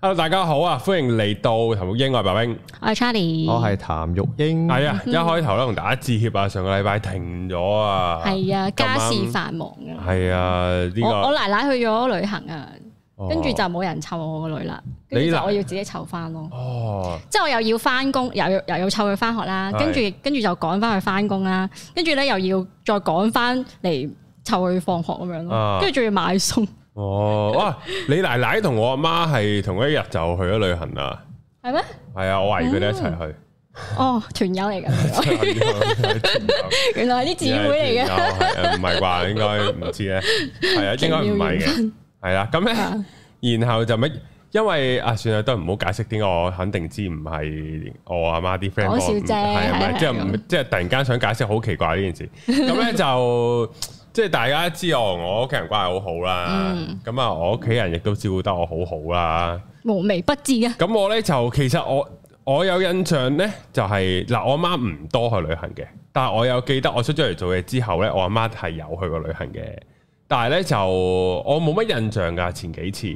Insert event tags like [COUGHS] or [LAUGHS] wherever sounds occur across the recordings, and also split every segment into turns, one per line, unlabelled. Hello，大家好啊！歡迎嚟到陳木英，我係白冰。
我係 Charlie，
哦
我係譚玉英，
係啊，一開頭咧同大家致歉啊，上個禮拜停咗啊。
係啊，
今晚
家事繁忙啊。
係啊，呢
我我
個
奶奶去咗旅行啊，
哦
跟住就冇人湊我個女啦，跟
你
住就
奶
我要自己湊翻咯。
哦，
即係我又要翻工，又要又要湊佢翻學啦，
係
跟住跟住就趕翻去翻工啦，跟住咧又要再趕翻嚟湊佢放學咁樣
啊
咯，跟住仲要買餸，
哦，哇！你奶奶同我阿媽係同一日就去咗旅行啦。
係咩？
係啊，我懷疑佢哋一齊 [LAUGHS] 去。
哦，團友
[LAUGHS]
嚟㗎，
姊
原來係啲 [LAUGHS] 姊妹嚟嘅。
嘅，唔係啩？應該唔知咧。係
[LAUGHS]
啊，應該唔係嘅。係啦，咁咧。
啊
然後就乜？因為啊，算啦，都唔好解釋點解我肯定知唔係我阿媽啲 friend
講笑啫
係
係
咪？
啊
即係唔
係啊
即係突然間想解釋，好奇怪呢件事。咁咧就即係大家知我同我屋企人關係好好啦
嗯，
咁啊我屋企人亦都照顧得我好好啦。
無微不至啊！
咁我咧就其實我我有印象咧，就係嗱我媽唔多去旅行嘅，但係我有記得我出咗嚟做嘢之後咧，我阿媽係有去過旅行嘅，但係咧就我冇乜印象㗎前幾次。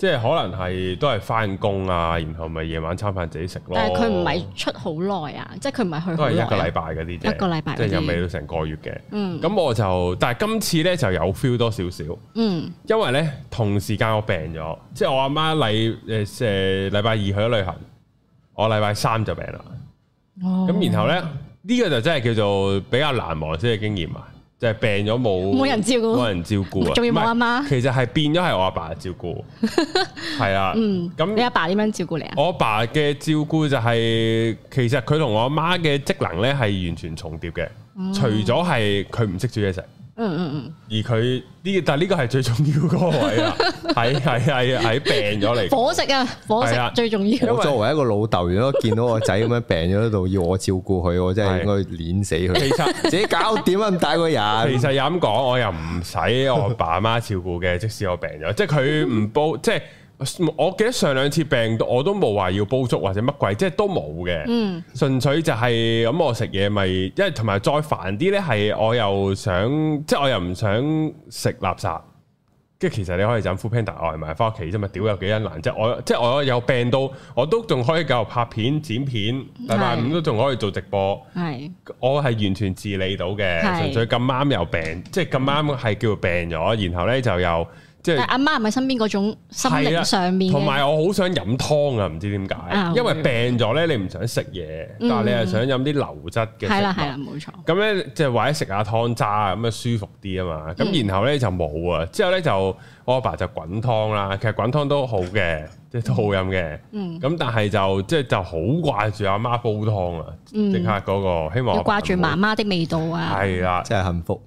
即係可能係都係翻工啊，然後咪夜晚餐飯自己食咯。
但係佢唔係出好耐啊，即係佢唔係去
哦都
好
係
耐
一個
啊
禮拜嗰啲啫，
一個禮拜嗰
即
啲
係又未到成個月嘅。
嗯
咁我就但係今次咧就有 feel 多少少，
嗯
因為咧同時間我病咗，即係我阿呃媽禮誒誒禮拜二去咗旅行，我禮拜三就病啦。
哦
咁、然後咧呢、個就真係叫做比較難忘先嘅經驗啊，就係、病咗冇
冇人照顧
冇人照顧啊，
仲要冇阿媽
唔係其實係變咗係我阿爸照
[LAUGHS]
顧，係啊，
嗯
咁
你阿爸點樣照顧你啊？
我阿爸嘅照顧就係、其實佢同我阿媽嘅職能咧係完全重疊嘅，除咗係佢唔識煮嘢食，
嗯嗯嗯。
而佢呢，但係呢個係最重要嗰個位啦，係係係喺病咗嚟講，
伙食啊，伙
係啦
食最重要。
我作為一個老豆，如果見到個仔咁樣病咗喺度，要我照顧佢，我真係應該碾死佢。
其實。
自己搞掂啊！咁大個
其
人，
實又咁講，我又唔使我爸媽照顧嘅，即使我病咗，即係佢唔煲，
嗯
即係我記得上兩次病到我都冇話要煲粥或者乜鬼，即係都冇嘅。
嗯，
純粹就係、咁，我食嘢咪，因為同埋再煩啲呢，係我又想，即係我又唔想食垃圾。跟住其實你可以就咁 full panda 外賣翻屋企啫嘛，屌有幾撚難啫！我即係我有病到，我都仲可以繼續拍片剪片，禮拜五
係
都仲可以做直播。
係
我係完全自理到嘅，
係
純粹咁啱又病，即係咁啱係叫病咗，然後呢就又即
但
係
係阿媽唔係身邊嗰種心
係
靈
啦
上面嘅
同埋我好想飲湯啊，唔知點解，
啊
因為病咗呢，你唔想食嘢，
嗯
但係你係想飲啲流質嘅
係啦係
食
啦，
物。
冇錯。
咁呢，即係或者食下湯渣啊，咁啊舒服啲啊嘛。
嗯
咁然後呢就冇啊，之後呢就我阿爸就滾湯啦。其實滾湯都好嘅，即係都好飲嘅。
嗯，
咁但係就即係就好掛住阿媽煲湯啊，
嗯
即刻嗰個希望我
要
爸
掛住
唔好
媽媽的味道啊。
係啦，
真係幸福。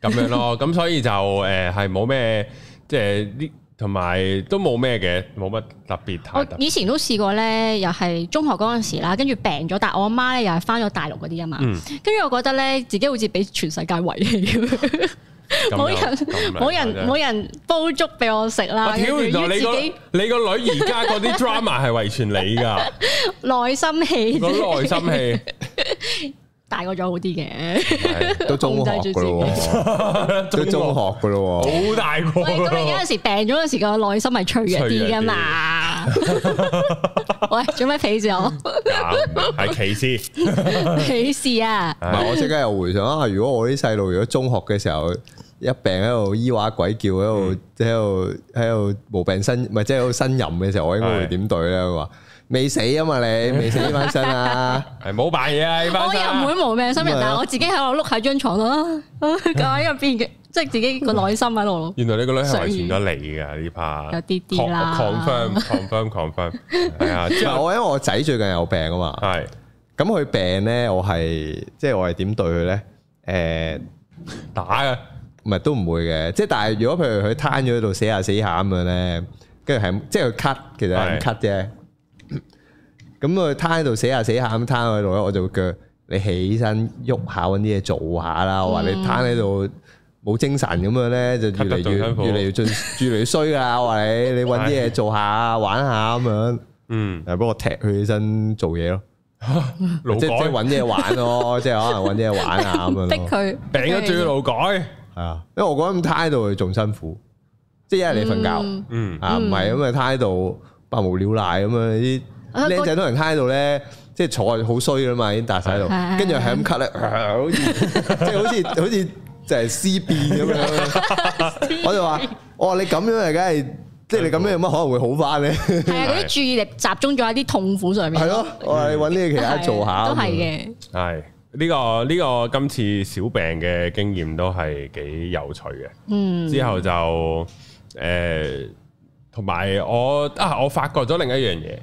咁樣咯， [LAUGHS] 咁所以就誒係冇咩，即係呢同埋都冇咩嘅，冇乜特別太
我
特別。
以前都試過咧，又係中學嗰陣時啦，跟住病咗，但我阿媽咧又係翻咗大陸嗰啲啊嘛，
嗯
跟住我覺得咧自己好似俾全世界遺棄
咁
咁樣，冇
樣
人
咁樣
冇人冇人煲粥俾我食啦，
我
跟
屌！
住
原來你
自
個
己
你個女而家嗰
[LAUGHS]
啲 drama 係遺傳你㗎，
內心戲
個
啫
內
[LAUGHS]
心戲
大個咗好啲嘅。
係
都中學噶咯喎，都中學噶咯喎。
好大個
喂，咁你嗰
咯
陣。時病咗嗰陣時個內心係脆弱啲噶嘛？
[LAUGHS]
喂，做咩鄙視我？
咁 [LAUGHS] 係
[LAUGHS]
歧視，
鄙視啊！
唔係，我即刻又回想啊！如果我啲細路如果中學嘅時候一病喺度咿哇鬼叫
嗯
喺度喺度喺度無病呻，唔係即係喺度呻吟嘅時候，我應該會點對咧？佢話未死啊嘛，你未死翻身
[LAUGHS]
啊！
係冇扮嘢啊！呢班
我又唔
生
會無病心人，
咁咪
但
咯
係我自己喺度碌喺張床度啊，
[LAUGHS]
啊咁喺入邊嘅，即係自己個內心喺度。
原來你個女係遺傳咗你㗎呢 part，
有啲啲啦
confirm confirm confirm，係啊，
唔
之
係
後
我因為我仔最近有病啊嘛。
係
咁佢病咧，我係即係我係點對佢咧？誒、
打嘅，
唔係都唔會嘅，即係但係如果譬如佢攤咗喺度死下死下咁樣咧，跟住係咁即係佢咳，其實係咁
係
咳啫。咁佢攤喺度死下死下咁攤喺度咧，我就會叫佢你起身喐下揾啲嘢做下啦。我話你攤喺度冇精神咁樣咧，就越
咳得
嚟
仲
越
辛苦
越嚟越進越嚟越
[LAUGHS]
衰噶啦。我話你你揾啲嘢做下玩下咁樣，
嗯，
誒幫我踢佢起身做嘢咯。
勞
即係即係
改
揾嘢玩咯，即係可能揾嘢玩啊咁樣
逼
咯。
佢
病咗仲要勞改，
係啊，因為我覺得咁攤喺度仲辛苦，即係一係你瞓覺
嗯
嗯。
啊，唔係咁嘅攤喺度，百無聊賴咁樣啲
啊
僆
個
仔都能攤喺度咧，即係坐係好衰噶嘛，已經笪晒喺
係
度，跟住係咁
[LAUGHS]
咳咧，好似即係好似好似就係思變咁樣。我就話：我話你咁樣啊係梗係，即係你咁樣有乜可能會好翻咧？
係啊，嗰啲注意力集中咗喺啲痛苦上面。
係咯，我話你揾啲其他做下，
都係嘅。
系呢、個呢、個今次小病嘅經驗都係幾有趣嘅。
嗯，
之後就诶，同、埋我啊，我發覺咗另一樣嘢，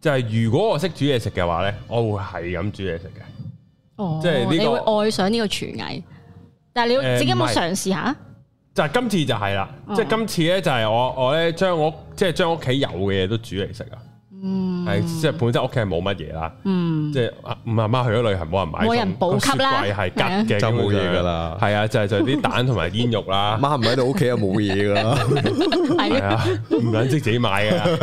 就係如果我識煮嘢食嘅話咧，我會係咁煮嘢食嘅。
哦，
即係呢個
你會愛上呢個廚藝，但係你要
誒
自己有
唔
冇
係
嘗試下？
就係今次就係啦，
嗯
即係今次咧就係我我咧將我即係將屋企有嘅嘢都煮嚟食啊，
嗯，
係即係本身屋企係冇乜嘢啦。
嗯，
即係啊唔阿媽去咗旅行冇人買餸，
冇人補給啦啊
個雪櫃係吉嘅，
就冇嘢
基本上
㗎啦
係啊，就係就係啲蛋同埋煙肉
[LAUGHS]
啦。
媽唔喺度，屋企又冇嘢噶啦。
系
係啊，
啊，唔捻识自己買嘅，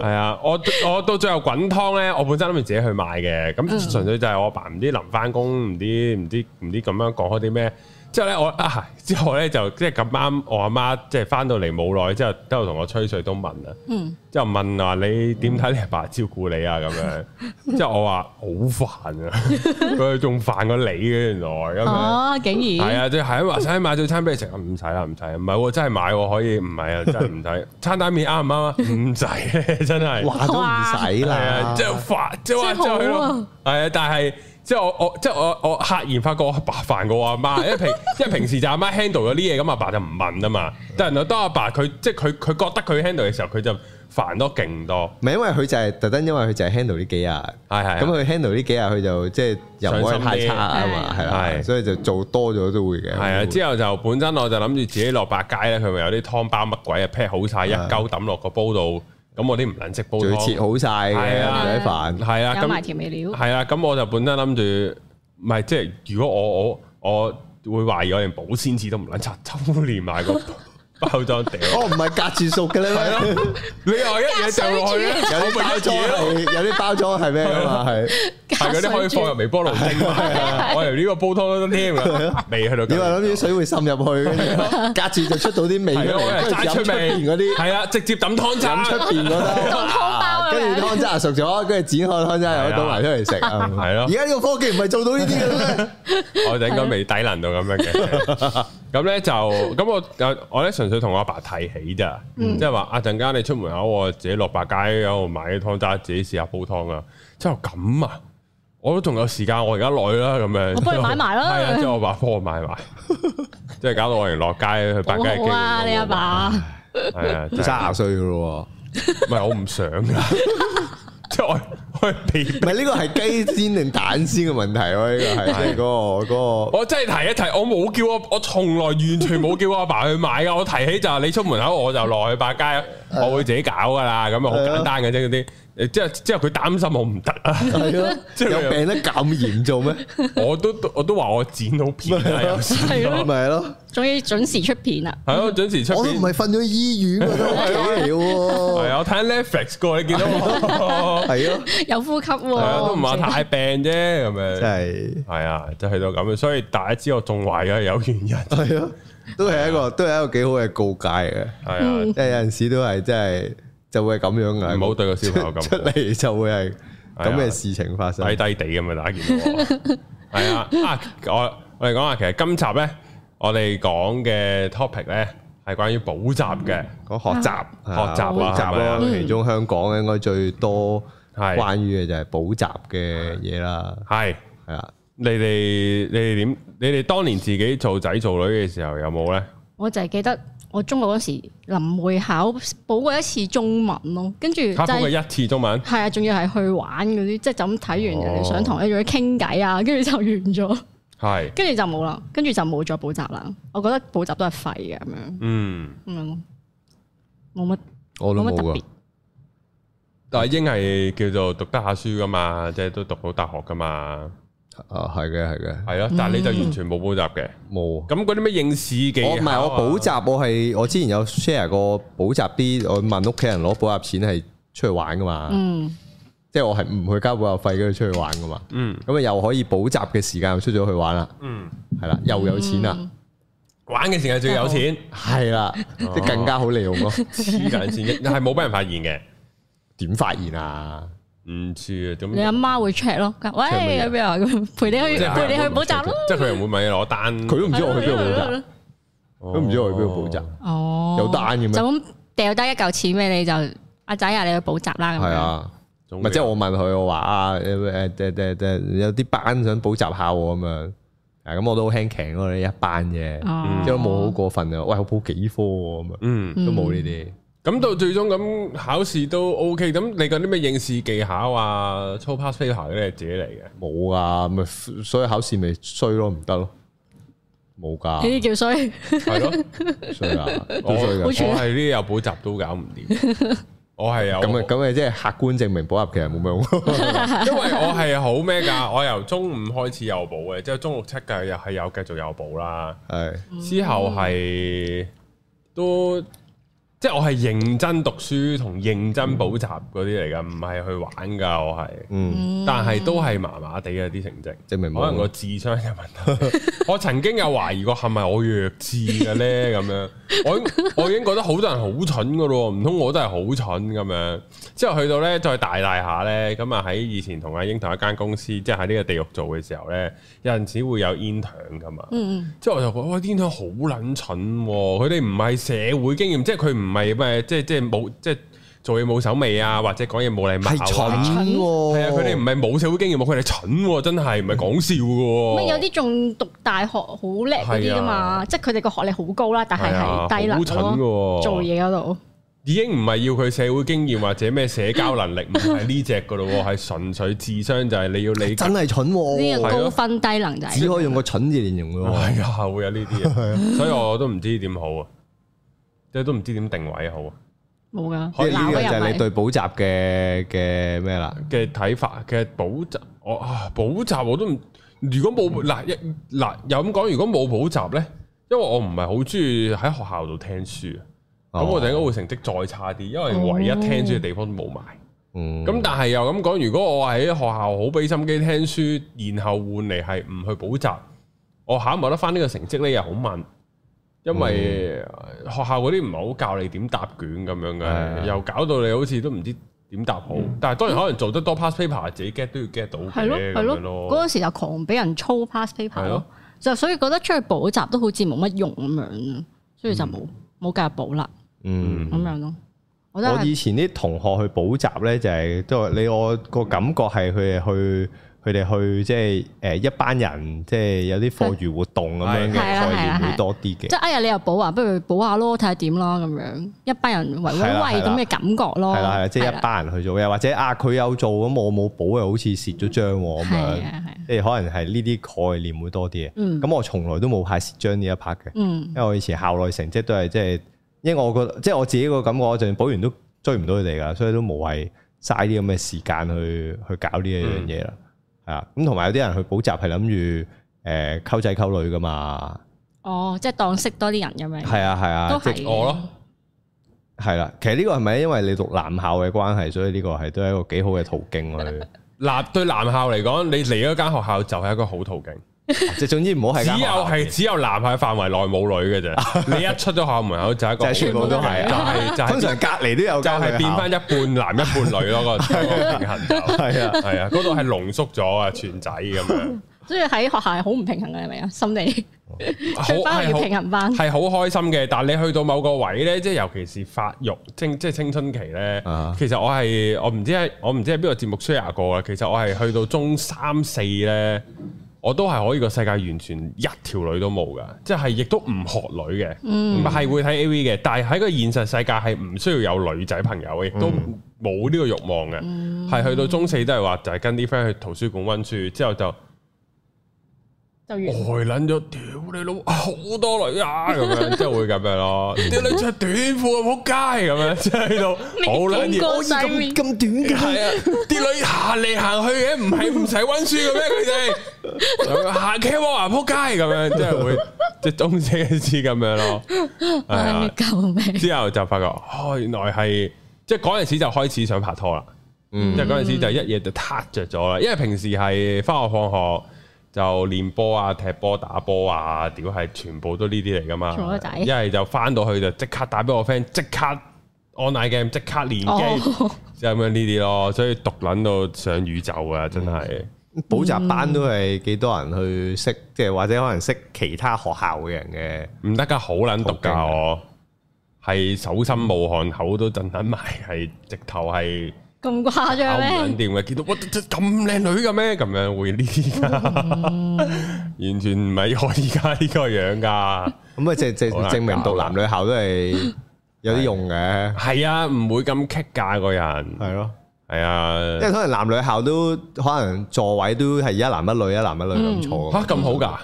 係啊，我我到最後滾湯咧，我本身諗住自己去買嘅，咁純粹就係我爸唔知臨翻工，唔知唔知唔知咁樣講開啲咩，之後咧我啊，之後咧就即係咁啱我阿媽即係翻到嚟冇耐之後，都有同我吹水都問啊，
嗯，
之後問話你點睇你阿爸照顧你啊咁樣，之後我話好煩啊， [LAUGHS] 佢仲煩過你嘅原來咁樣。
哦，竟
系
然，
啊，即係話使買早餐俾你食，啊唔使啦，唔使，唔係喎，真係買喎，可以，唔係 [LAUGHS] 啊，真係唔使。餐蛋面啱唔啱 [LAUGHS] 啊？唔使， [LAUGHS] 真係。
話都唔使
係
啦
啊，即，係發，即係話
真係好啊
就係咯。係啊，但係即係我我即係我我赫然發覺我阿爸煩過我阿媽，因為平 [LAUGHS] 因為平時就阿媽 handle 咗啲嘢，咁阿爸就唔問啊嘛。但係原來當阿爸佢即係佢佢覺得佢 handle 嘅時候，佢就煩多勁多。
唔係因為佢就係特登，因為佢就係 handle 呢幾日。
係係。
咁佢 handle 呢幾日，佢就即係又唔可以太差啊
上
嘛，
心啲
係啦，
係
所以就做多咗都會嘅。
系啊，之後就本身我就諗住自己落百佳咧，佢咪有啲湯包乜鬼啊 p a 好晒一鳩抌落個煲度，咁我啲唔撚識煲
仲要
湯
切，好晒
係
嘅，唔
啊
使煩。
係啊，
有埋
咁
調味料，
係啊，咁我就本身諗住，唔係即係如果我我我會懷疑我連保鮮紙都唔撚拆， [LAUGHS] 偷連埋個 [LAUGHS] 包裝掉，
哦，唔係隔住熟嘅咧咩？
你又一嘢掉落去咧，
有啲包裝係有啲包裝係咩 [LAUGHS] 噶嘛？係
係嗰啲可以放入微波爐蒸嘅，啊我由呢個煲湯都得添啊，未去到咁
啊你話諗啲水會滲入去，跟住隔住就出到啲味
係啊
出
咯，我係揸出味，
嚟，跟住飲出邊嗰啲，
係啊，直接抌湯渣
飲。出邊 [LAUGHS] 嗰
當湯包咁
啲，跟住
樣。
湯渣熟咗，跟住剪開湯渣又
[LAUGHS] 係啊
倒埋出嚟食啊！
係咯
而家呢個科技唔係做到呢啲嘅咩？
我就應該未低能到咁樣嘅。咁咧就咁我我咧純粹同我阿爸提起咋，
嗯
即係話啊陣間你出門口，我自己落百佳喺度買啲湯渣，自己試下煲湯啊。之後咁啊，我都仲有時間，我而家耐啦咁樣。
我幫你買埋啦
係啊，之後我爸幫我買
[LAUGHS]
埋，即係搞到我連落街去百佳嘅機
好
會
好啊，
都冇
你
[LAUGHS]
阿爸，
係啊，真係
卅歲噶咯
唔係我唔想噶，
[LAUGHS]
即係我我係被
喎，唔係呢個係雞先定蛋先嘅問題喎？呢個係即係嗰個嗰個。
我真係提一提，我冇叫我，我從來完全冇叫我阿爸去買噶。我提起就係你出門口，我就落去百佳，
啊
我會自己搞噶啦。咁啊，好簡單嘅啫嗰啲。誒之後之後佢擔心我唔得啊，
[LAUGHS] 系咯，
即係佢又
有病得咁嚴
[LAUGHS]
重咩？
我都我都話我剪到片啊，有時
係咯，
咪係咯，
終於準時出片啦。
係咯，啊準時出
我都唔
片。
係瞓咗醫院，我都屋企
係
嚟
啊，我睇 Netflix 過，你見
[LAUGHS]
到我
喎，系咯，
[LAUGHS] 有呼吸
係
喎，
啊，都唔話太病啫咁
真
樣。
係
係啊，就去到咁樣，所以大家知我中壞嘅有原因。係
係咯，都係一個都係一個幾好嘅告戒嘅，
啊，
即係有阵时都係真係就會係咁樣噶，
唔好對個小朋友咁好
出嚟就會係咁嘅事情發生
低，低地咁啊！
[LAUGHS]
大家見到我係啊啊！我我哋講下，其實今集咧，我哋講嘅 topic 咧係關於補習嘅，
講學習
學習啊
補
係咪
習
啊
嗯
咯，其中香港應該最多
係
關於嘅就係補習嘅嘢啦，
係
係啦，
你哋你哋點？你哋當年自己做仔做女嘅時候有冇咧？
我就係記得我中六嗰時臨會考補過一次中文咯，跟住就
卡過
係
一次中文，
係啊，仲要係去玩嗰啲，即係就咁睇完人哋上堂，跟住傾偈啊，跟住就完咗，
係
跟住就冇啦，跟住就冇再補習啦。我覺得補習都係廢嘅咁樣，
嗯，
咁樣咯，冇乜
我都
冇乜
冇啊
特
噶
別。。
但係英係叫做讀得下書噶嘛，即係都讀到大學噶嘛，
啊係嘅係嘅，
係啊！但係你就完全冇補習嘅，
冇啊。
咁嗰啲咩應試技巧啊
我唔係我補習，我係我之前有 share 過補習啲，我問屋企人攞補習錢係出去玩噶嘛，
嗯，
即係我係唔去交補習費跟住出去玩噶嘛，
嗯
咁啊又可以補習嘅時間又出咗去玩啦，
嗯，
係啦，又有錢啊
嗯
啦，
玩嘅時間最有錢，哦
係啦，即係更加好利用咯，
黐緊線嘅，係冇俾人發現嘅。
點發現啊？
唔知啊，咁
你阿媽會 check 咯，喂咁
啊
樣咁陪你去
即係
陪你去補習咯，
即係佢又唔會問你攞單，
佢都唔知我去邊度補
係咯係咯係
習
咯，
都唔知我去邊度補習。
哦，
有單嘅咩
就咁掉低一嚿錢俾你就阿仔啊，你去補習啦咁
係
樣。
啊，
總
咪
之
即係我問佢，我話啊誒誒誒誒有啲班想補習下我咁樣，啊咁我都好輕騎咯，你一班啫，
哦
嗯即係都冇好過分啊！喂，我補幾科喎咁啊，
嗯，
都冇呢啲。
咁到最終咁考試都 OK，咁你嗰啲咩應試技巧啊、操 pass paper 嗰啲係自己嚟嘅。
冇啊，咪所以考試咪衰咯，唔得咯，冇噶
[LAUGHS] 呢，啲叫衰，
係咯，
衰啊，
我
都衰噶
我。
好似
係呢啲有補習都搞唔掂，我係有
咁啊，咁啊，即係客觀證明補習其實冇咩用。
因為我係好咩㗎，我由中五開始有補嘅，之後中六七嘅又係有繼續有補啦。
[LAUGHS] 係
之後係都即係我係認真讀書同認真補習嗰啲嚟㗎，唔係去玩㗎，我係。
嗯，
但係都係麻麻地嘅啲成績，
證明冇
可能個智商有問題。我曾經有懷疑過係咪我弱智嘅咧咁樣，我已經我已經覺得好多人好蠢噶咯，唔通我都係好蠢咁樣。之後去到咧再大大下咧，咁啊喺以前同阿英同一間公司，即係喺呢個地獄做嘅時候咧，有陣時會有 intern 噶嘛。
嗯
之後我就覺得哇啲 intern 好撚蠢喎，佢哋唔係社會經驗，即係佢唔係咩，即係即係冇即係做嘢冇手尾啊，或者講嘢冇禮貌啊。
喎
系啊，佢哋唔係冇社會經驗喎，佢哋蠢喎，真係唔係講笑
嗯，
嘅
哦
咩
喎。
有啲仲讀大學好叻嗰啲噶
啊
嘛，即係佢哋個學歷好高啦，但係
係啊
係低能
好蠢嘅
咯，
喎，
做嘢嗰度
已經唔係要佢社會經驗或者咩社交能力，唔係呢只嘅咯喎，係純粹智商就係你要理解
真。係蠢
呢個
喎，
高分低能仔，
只可以用個蠢字形容嘅喎。
係啊，會有呢啲嘢，所以我都唔知點好啊，即係都唔知點定位好啊
冇噶，
即係呢
鬧
個
嘅人
就係你
咪
對補習嘅嘅咩啦？
嘅睇法。其實補習，我啊補習我都唔，如果冇嗱一嗱又咁講，如果冇補習咧，因為我唔係好中意喺學校度聽書啊。
哦
咁我就應該會成績再差啲，因為唯一聽書嘅地方都冇埋。
嗯
咁、但係又咁講，如果我喺學校好俾心機聽書，然後換嚟係唔去補習，我考唔考得翻呢個成績呢？又好問，因為學校嗰啲唔係好教你點答卷咁樣嘅，
嗯係啊嗯
又搞到你好似都唔知點答好。但係當然可能做得多 past paper，自己 get 都要 get 到嘅
係咯係
咁
咯
樣，
嗰陣時就狂俾人操 past
係
paper
咯
咯，就所以覺得出去補習都好似冇乜用咁樣，所以就冇冇繼續補啦
嗯。
咁樣咯。我覺得
我
係
以前啲同學去補習咧，就係都係你我個感覺係佢哋去佢哋去即係誒一班人，即係有啲課餘活動咁樣嘅
係啊係啊
概念
係啊
會多啲嘅
即。係哎呀，你又補啊，不如補下咯，睇下點啦咁樣，一班人圍圍
係啦係
圍
啦
咁嘅感覺咯。
係啦係啦，即係
哦啦
一班人去做嘅，或者啊佢有做咁我冇補又好似蝕咗張喎咁
係啊
樣，
係啊，
即係可能係呢啲概念會多啲嘅。
嗯
咁我從來都冇派蝕張呢一 part 嘅，
嗯
因為我以前校內成績都係即係，因為我覺得即係我自己個感覺，我就算補完都追唔到佢哋㗎，所以都無謂嘥啲咁嘅時間去去搞呢一樣嘢啦。
嗯
係啊，咁同埋有啲人去補習係諗住誒溝仔溝女㗎嘛，
哦，即係當識多啲人咁樣。
係啊係
都
啊，即
係
係
嘅
我咯，
係啦。其實呢個係咪因為你讀男校嘅關係，所以呢個係都係一個幾好嘅途徑
[LAUGHS]
去。
嗱對男校嚟講，你嚟嗰間學校就係一個好途徑。
即係總之唔好係
只
間
有
學校
係只有男喺範圍內冇女嘅啫，你一出咗校門口就係一個
就係全部都係
就係就係
通常隔離都有
就
間
係
學
變
校
翻一半男一半女咯，個個平衡就
係啊。
係啊，嗰度係濃縮咗啊，全仔咁樣，
所以喺學校係好唔平衡嘅，係咪啊？心理
好
[LAUGHS] 出翻嚟要
係
平
好
衡翻。
係好開心嘅，但係你去到某個位咧，即係尤其是發育青即係青春期咧
啊，
其實我係我唔知係我唔知係邊個節目 share 過啊，其實我係去到中三四咧。我都係可以個世界完全一條女都冇噶，即係亦都唔學女嘅，唔係、會睇 A V 嘅，但係喺個現實世界係唔需要有女仔朋友，亦都冇呢個慾望嘅，係、去到中四都係話就係跟啲 friend 去圖書館温書，之後就
就完
呆撚咗，屌你老母好多女啊咁樣，即係會咁樣咯，屌你着短褲啊仆街咁樣，即係去到好撚熱
邊個
可以咁咁短嘅。
系啊，啲女行嚟行去嘅，唔係唔使温書嘅咩？佢哋行 K 喎啊，仆街咁樣，即係會即係中死一次咁樣咯。
哦
係啊
[LAUGHS] 唉，救命！
之後就發覺，哦，原來係即係嗰陣時就開始想拍拖啦。即係嗰陣時就一夜就撻着咗啦。因為平時係翻學放學就練波啊、踢波、打波啊，屌係全部都呢啲嚟噶嘛
全部都仔。
一係就翻到去就即刻打俾我 friend，即刻 online game，即刻練機。
哦，
就即係咁樣呢啲咯，所以毒撚到上宇宙啊！真係
嗯補習班都係幾多人去識，即係或者可能識其他學校嘅人
唔得噶，好撚毒
好
噶
勁
我，係手心無汗，口都震撚埋，係直頭係
咁誇
搞
張
唔撚
咩？
掂嘅，見到哇真真咁靚女嘅咩？咁樣會呢啲噶，完全唔係我而家呢個樣噶。
嘅，咁啊即即
好難
證明
搞
讀
啦
男女校都係有啲用嘅，
係啊，唔會咁棘㗎個人。
係咯。
係啊
因，為可能男女校都可能座位都係一男一女一男一女咁坐㗎
吓
嘛，
嗯咁好㗎，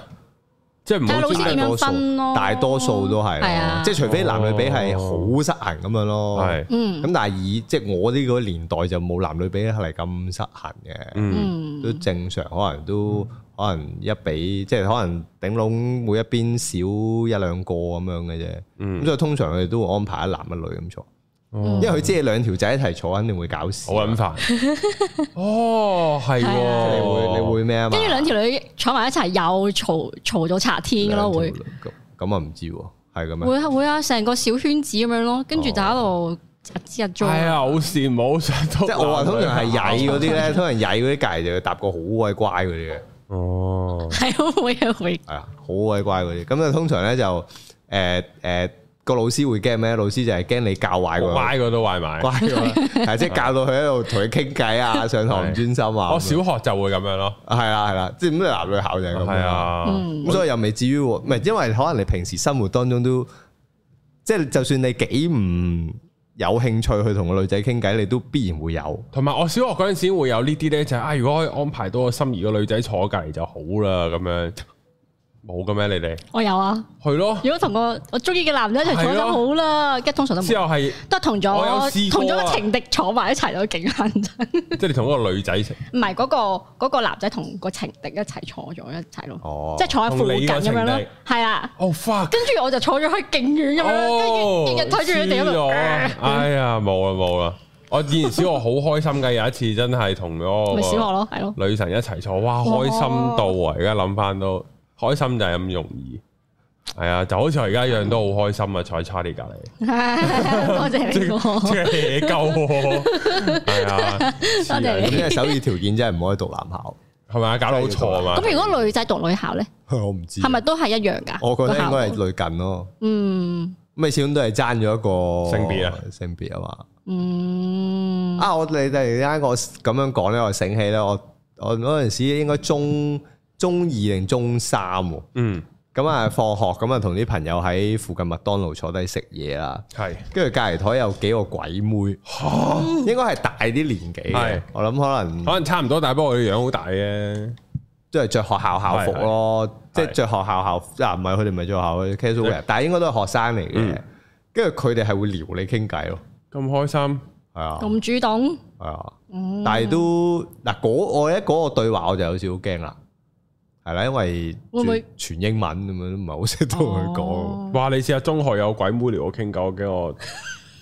即係唔
睇下
好
老師
專
點
登
樣
多數
分咯，
大多數都係
係啊
咯，即係除非男女比係好失衡咁樣咯。
係
嗯
咁，但係以即係我呢個年代就冇男女比係咁失衡嘅，
嗯。
嗯
都正常，可能都可能一比，即係可能頂籠每一邊少一兩個咁樣嘅啫。咁所以通常佢哋都會安排一男一女咁坐，因為佢知你兩條仔一齊坐肯定會搞事
好，啊撚煩。 [LAUGHS] 哦，係
係啊
喎，
你會你會咩啊嘛？
跟住兩條女坐埋一齊，又嘈嘈到拆天咯，會
兩條女咁咁啊唔知喎，係咁樣。
會啊會啊，成個小圈子咁樣咯，跟住就喺度日之日中。
係啊，好羨慕，好想即
即係我話通常係曳嗰啲咧， [LAUGHS] 通常曳嗰啲隔離就要搭個好鬼乖嗰啲嘅。
哦，
係啊會啊會，
係啊，好鬼乖嗰啲。咁啊，通常咧就誒誒個老師會驚咩？老師就係驚你教壞佢，
歪個都歪埋。
乖佢， [LAUGHS] 係即係教到佢喺度同佢傾偈
[LAUGHS]
啊，上堂唔專心啊。
我哦小學就會咁樣咯，
係啦係啦，即係咁男女校就係咁樣
係。啊，
嗯
咁所以又未至於喎，唔係因為可能你平時生活當中都即係就算你幾唔有興趣去同個女仔傾偈，你都必然會有。
同埋我小學嗰陣時會有呢啲咧，就係啊，如果可以安排到我心儀個女仔坐隔離就好啦，咁樣冇嘅咩？你哋
我有啊。
係咯，
如果同個我中意嘅男人一齊坐
係
就
咯
好啦，跟住通常都
之
冇
後係
都係同
我有
咗
試過
同
啊
咗個情敵坐埋一齊都勁 [LAUGHS] 撚真。
即係你同嗰個女仔
[LAUGHS] 唔係嗰個嗰個男仔同個情敵一齊坐咗一齊咯，
哦，
即係坐喺附近咁樣
同你個
咯
情，
係啦。
哦 fuck，
跟住我就坐咗喺勁遠咁樣，
哦
跟住日日睇住佢哋喺
黐咗
度，
啊
呃
哎呀冇啦冇啦，我以前小學好開心㗎，有一次真係同咗個
咪小學咯，係咯。
女神一齊坐，哇！開心到啊！而家諗翻都開心就係咁容易，係啊，就好似我而家一樣都好開心啊！坐喺 Charlie 隔離，啊
[LAUGHS] 多謝
即
你
係 [LAUGHS]
喎，
即係夠我，係啊，
[LAUGHS] 多謝
咁
你
因為首要條件真係唔可以讀男校，
係咪啊？搞到好錯啊嘛！
咁如果女仔讀女校咧，
[LAUGHS] 我唔
嗯
知。
係咪都係一樣㗎？
我覺得應該係
個校
類近咯。
嗯
咁你始終都係爭咗一個
性別啊，
性別啊嘛。
嗯，
啊，我你突然間我咁樣講咧，我醒起咧，我我嗰陣時應該中中二定中三喎。
嗯，
咁啊，放學咁啊，同啲朋友喺附近麥當勞坐低食嘢啦。
係
跟住隔離台有幾個鬼妹，應該係大啲年
係
紀嘅。我諗可能
可能差唔多，但係不過我哋樣好大嘅，
都係着學校校服咯，即
係係
係着學校校服啊，唔係佢哋唔係着校校服 casual wear，但係應該都係學生嚟嘅
嗯。
跟住佢哋係會撩你傾偈咯，
咁開心，
係啊。
咁主嗯動，
系啊，
[LAUGHS]
但系都嗱嗰我咧嗰個對話我就有少少驚啦，係啦，因為
會唔會
全全英文咁樣，唔係好識同佢講，
哦
哇！你試下中學有鬼妹撩我傾偈，我驚我。 [LAUGHS]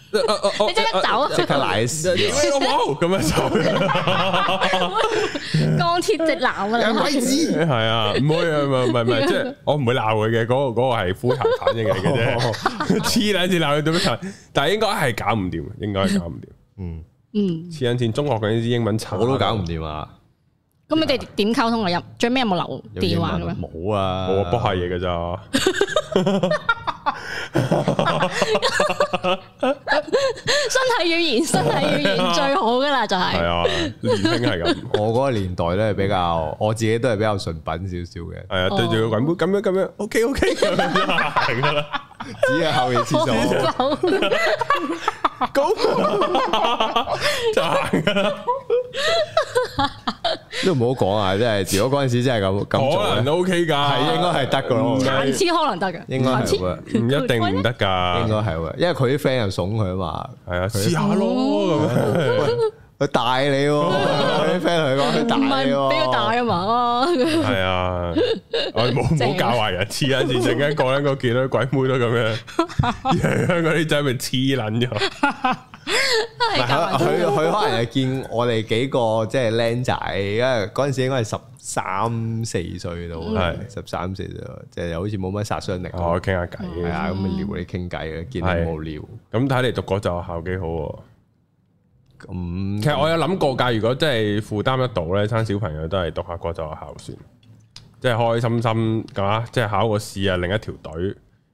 哎
你即刻走啊！
哦即刻賴屎 [LAUGHS] 啊，
我冇咁樣走，
[LAUGHS] 鋼鐵直男啊！你係
知，
係啊，唔會啊，唔係唔係唔係，即係我唔會鬧佢嘅，嗰個嗰個係呼痰反應嚟嘅啫。
[LAUGHS]
黐撚線鬧佢做乜柒？但係應該係搞唔掂，應該係搞唔掂。
嗯，
嗯，
黐撚線，中學嗰啲英文差，
我都搞唔掂啊，
咁你哋點溝通啊？入最尾有冇留
有
電
英
話咁樣
文？冇啊，
我卜下嘢嘅咋。
身體語言，身體語言最好噶啦，就
係
係
啊，年輕係咁，
我嗰個年代咧比較，我自己都係比較純品少少嘅，
係啊，對住個滾杯咁樣咁樣，OK [LAUGHS] OK 咁樣就行噶啦。
只係啊後夜
[LAUGHS]
廁所，
好走
高就行噶啦，
都唔好講啊，真係，如果嗰陣時真係咁咁做
可能
咧，
都 OK 㗎，
係應該係得噶咯，我覺得
行先可能得嘅，
應該
行先
係會。
唔一定唔得㗎，
應該係喎，因為佢啲 friend 又慫佢啊嘛，
係啊，試下咯咁樣。
喂，佢大你
[LAUGHS]
喎，佢啲 friend 同佢講佢大
唔
你
係
喎，
比較大啊嘛，
係 [LAUGHS] 啊，我冇
正
冇教壞人，黐撚線，陣間個人個見到啲鬼妹都咁 [LAUGHS] 樣，香港啲仔咪黐撚咗。
係夾埋
佢佢佢可啊能係見我哋幾個即係僆仔，因為嗰陣時應該係十三四歲
嗯
到，啊
係
十三四歲，即係又好似冇乜殺傷力。
我哦傾下
係
偈，
啊，咁咪撩你傾偈嘅，見
係
你無聊，
咁睇嚟讀嗰就校幾好喎。
咁
其實我有諗過㗎，如果真係負擔得到咧，生小朋友都係讀下國際學校算，即係開開心心咁啊！即係考個試啊，另一條隊。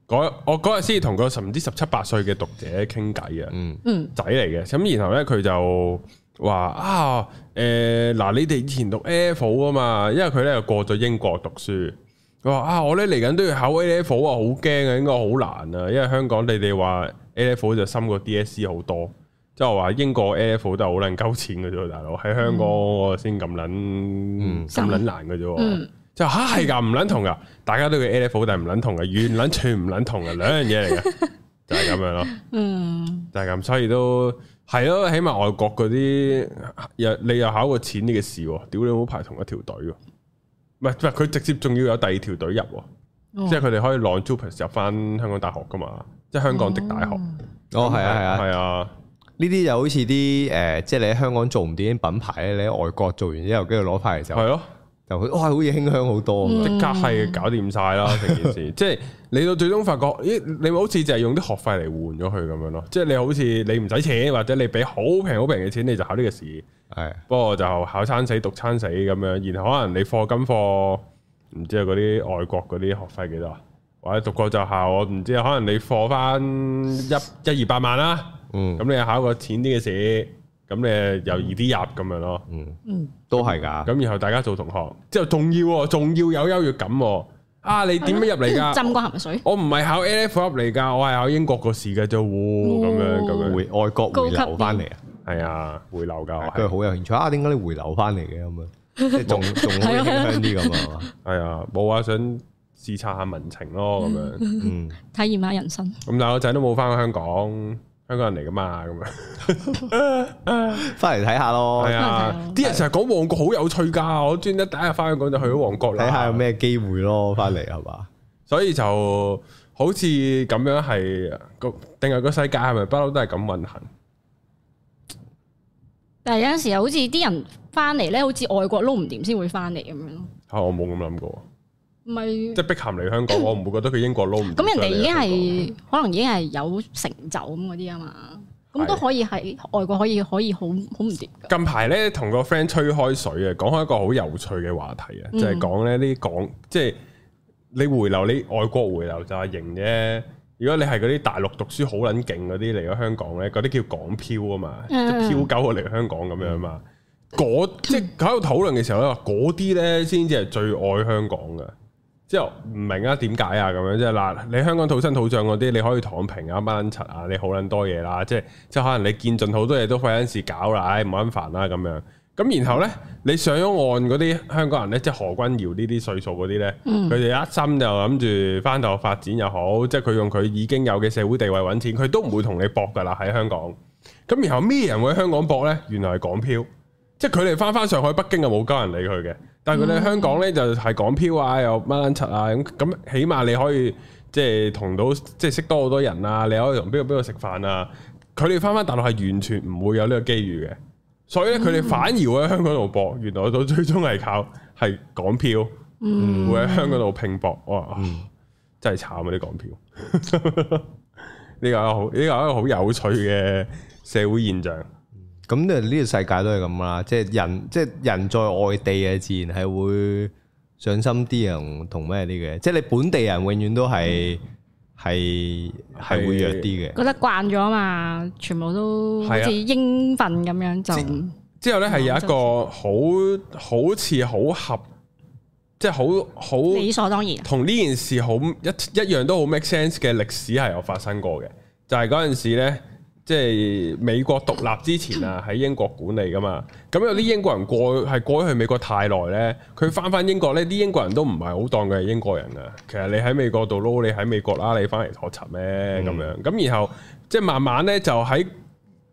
嗰我嗰日先同個唔知十七八歲嘅讀者傾偈啊，
嗯
仔嚟嘅。咁然後咧佢就話啊，誒、嗱，你哋以前讀 A F 啊嘛，因為佢咧又過咗英國讀書。佢話啊，我咧嚟緊都要考 A F 啊，好驚啊，應該好難啊，因為香港你哋話 A F 就深過 D S E 好多。即係話英國 A F 都係好撚鳩錢嘅啫喎，大佬喺香港我先咁撚咁撚難嘅啫喎
嗯，
就吓係㗎，唔撚同㗎，大家都叫 A F 但係唔撚同嘅，完撚全唔撚同嘅兩樣嘢嚟嘅，就係咁樣咯，
嗯，
就係咁，所以都係咯，起碼外國嗰啲又你又考過錢呢嘅事喎，屌你冇排同一條隊喎，唔係唔係佢直接仲要有第二條隊入喎，
哦
即係佢哋可以 long jumpers 入翻香港大學㗎嘛，即係香港的大學，
哦，係啊，係啊，
係啊。
呢啲就好似啲誒，即係你喺香港做唔掂啲品牌咧，你喺外國做完之後，跟住攞翻嚟
係
就
咯，
就好哇，好似馨香好多咁
即
樣。
刻係搞掂晒啦成件事，即係你到最終發覺，咦，你好似就係用啲學費嚟換咗佢咁樣咯，即係你好似你唔使錢，或者你俾好平好平嘅錢，你就考呢個試，
嗯
係
不過就考餐死讀餐死咁樣，然後可能你課金課唔知啊嗰啲外國嗰啲學費幾多啊，或者讀國際校我唔知啊，可能你課翻一一二百萬啦，
嗯
咁你考個淺啲嘅試，咁你又易啲入咁樣咯。
都係㗎。
咁然後大家做同學，之後仲要喎，仲要有優越感喎。啊，你點樣入嚟
嗯浸
㗎？
過鹹水，
我唔係考 A F 入嚟㗎，我係考英國個試嘅啫喎。咁樣咁樣，
回外國回
高級
流
啲
翻嚟啊！
係啊，回流㗎，我
佢
係
好有興趣啊！點解你回流翻嚟嘅咁啊？即係
[LAUGHS]
仲仲好馨香啲咁啊嘛？
係啊，冇啊，想視察下民情咯，咁樣。
嗯，
體驗下人生。
咁但係我仔都冇翻過香港，香港人嚟㗎嘛，咁樣。
嗯翻嚟睇下咯
係，啊，啲人成日講旺角好有趣㗎，我專登第一日翻香港就去咗旺角啦。
睇下有咩機會咯，翻嚟係嘛？
所以就好似咁樣係個定係個世界係咪不嬲都係咁運行？
但係有陣時好似啲人翻嚟咧，好似外國撈唔掂先會翻嚟咁樣咯。
嚇、啊我冇咁諗過喎。
唔係
即係碧咸嚟香港，我唔會覺得佢英國撈唔掂啊
咁人哋已經係可能已經係有成就咁嗰啲啊嘛，咁都
係
可以喺外國可以可以好好唔掂㗎。
近排咧，同個 friend 吹開水啊，講開一個好有趣嘅話題啊，就
嗯
係講咧呢啲港，即係你回流，你外國回流就係型啫。如果你係嗰啲大陸讀書好撚勁嗰啲嚟咗香港咧，嗰啲叫港漂啊嘛，即
嗯
係漂鳩過嚟香港咁樣嘛。嗰即係喺度討論嘅時候咧，話嗰啲咧先至係最愛香港嘅。之後唔明啊，點解啊咁樣？即係嗱，你香港土生土長嗰啲，你可以躺平啊、掹柒啊，你好撚多嘢啦。即係即係可能你見盡好多嘢都費緊事搞啦，唉唔撚煩啦咁樣。咁然後咧，你上咗岸嗰啲香港人咧，即係何君瑤呢啲歲數嗰啲咧，佢哋、一心就諗住翻大學發展又好，即係佢用佢已經有嘅社會地位揾錢，佢都唔會同你搏㗎啦喺香港。咁然後咩人會喺香港搏咧？原來係港漂。即係佢哋翻翻上海、北京就冇鳩人理佢嘅，但係佢哋香港咧就係港漂啊，又乜撚柒啊，咁咁起碼你可以即係同到即係識多好多人啊，你可以同邊個邊個食飯啊。佢哋翻翻大陸係完全唔會有呢個機遇嘅，所以咧佢哋反而會喺香港度搏，原來到最終係靠係港漂，會喺香港度拼搏。哇，真係慘啊啲港漂！ [LAUGHS] 呢個係一個好呢個係一個好有趣嘅社會現象。
咁呢呢個世界都係咁啦，即係人即係人在外地嘅，自然係會上心啲人同咩啲嘅，即係你本地人永遠都係
嗯
係係會弱啲嘅。
覺得慣咗啊嘛，全部都好
係啊
似英份咁樣就
之後咧係有一個好好似好合，即係好好
理所當然。
同呢件事好一一樣都好 make sense 嘅歷史係有發生過嘅，就係嗰陣時咧，即係美國獨立之前啊，喺英國管理噶嘛，咁有啲英國人過係過咗去美國太耐咧，佢翻翻英國咧，啲英國人都唔係好當佢係英國人啊。其實你喺美國度撈，你喺美國啦，你翻嚟學習咩咁樣？咁然後即係慢慢咧就喺。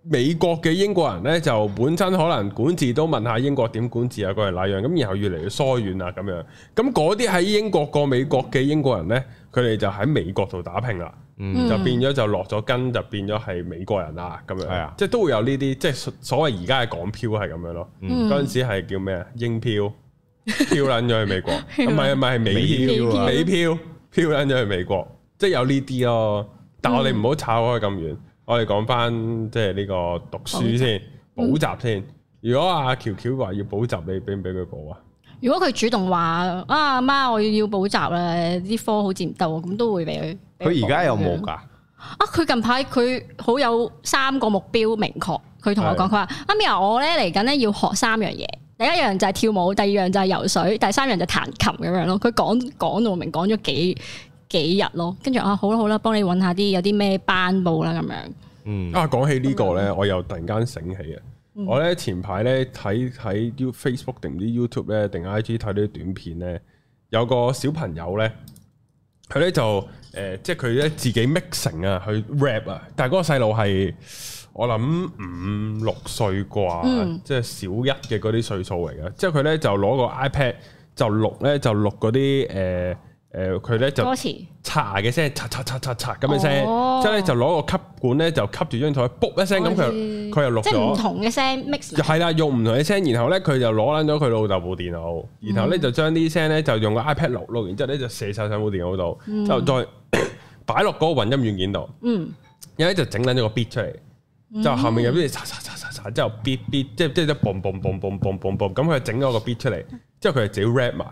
美國嘅英國人呢，就本身可能管治都問下英國點管治啊，嗰樣那樣，咁然後越嚟越疏遠啊咁樣。咁嗰啲喺英國過美國嘅英國人呢，佢哋就喺美國度打拼啦，
嗯
就變咗就落咗根，就變咗係美國人啦咁樣。
係啊
即係都會有呢啲，即係所所謂而家嘅港漂係咁樣咯。
嗯
嗰陣時係叫咩啊？英漂漂撚咗去美 [LAUGHS] 國，唔係唔係係美
漂
漂
啊
美漂漂撚咗去美國，即係有呢啲咯。但我哋唔好炒開咁遠，我哋講翻即係呢個讀書先，
嗯
補習先。如果阿喬喬話要補習，你俾唔俾佢補啊？
如果佢主動話啊阿媽，我要補習啦，啲科好似唔得喎，咁都會俾佢。俾
佢而家有冇
補
噶？
啊！佢近排佢好有三個目標明確，佢同我講，
係
佢話阿 Mia，我咧嚟緊咧要學三樣嘢，第一樣就係跳舞，第二樣就係游水，第三樣就係彈琴咁樣咯。佢講講到明，講咗幾幾日咯。跟住啊，好啦好啦，幫你揾下啲有啲咩班報啦咁樣。
嗯，
啊，講起呢個咧，我又突然間醒起啊！我咧前排咧睇睇 U Facebook 定唔知 YouTube 咧定 IG 睇到啲短片咧，有個小朋友咧，佢咧就誒、呃即係佢咧自己 mixing 啊，去 rap 啊，但係嗰個細路係我諗五六歲啩，
嗯
即係小一嘅嗰啲歲數嚟嘅。之後佢咧就攞個 iPad 就錄咧就錄嗰啲誒誒，佢、咧就
歌。詞
刷牙嘅聲，刷刷刷刷刷咁嘅聲，
哦
之後咧就攞個吸管咧就吸住張台，卜一聲咁
我
佢
知
佢又錄
即係唔
咗，
同嘅聲 mix 啊
又係啦，用唔同嘅聲，然後咧佢就攞撚咗佢老豆部電腦，然後
嗯
咧就將啲聲咧就用個 iPad 錄錄，然之後咧就射晒上部電腦度，就再 [COUGHS] 擺落嗰個混音軟件度，
嗯
然後咧就整撚咗個 beat 出嚟。就後面有啲嘢刷刷刷刷刷，之後 beat beat，即係即係即係 boom boom boom boom boom boom boom，咁佢就整咗個 beat 出嚟，之後佢就自己 rap 埋，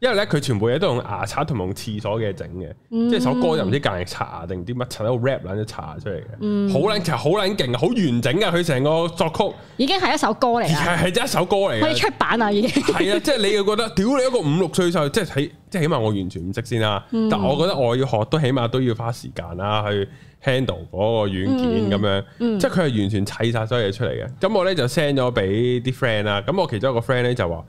因為咧佢全部嘢都用牙刷同埋用廁所嘅整嘅，
嗯
即係首歌又唔知隔硬刷牙定唔知乜刷喺度 rap 撚咗刷牙出嚟
嗯
嘅，好撚其實好撚勁，啊好完整嘅佢成個作
已經係一首歌嚟
曲，
啦，
[LAUGHS] 係啊係真係一首歌嚟
可以
嘅。
出版啦已經。 [LAUGHS]
係啊，即係你要覺得，屌你一個五六歲細路，即係起，即係起碼我完全唔識先啦。
嗯
但我覺得我要學都起碼都要花時間啦，去 handle 嗰個軟
嗯
件咁樣。即係佢係完全砌晒所有嘢出嚟嘅。咁我咧就 send 咗俾啲 friend 啦。咁我其中一個 friend 咧就話：，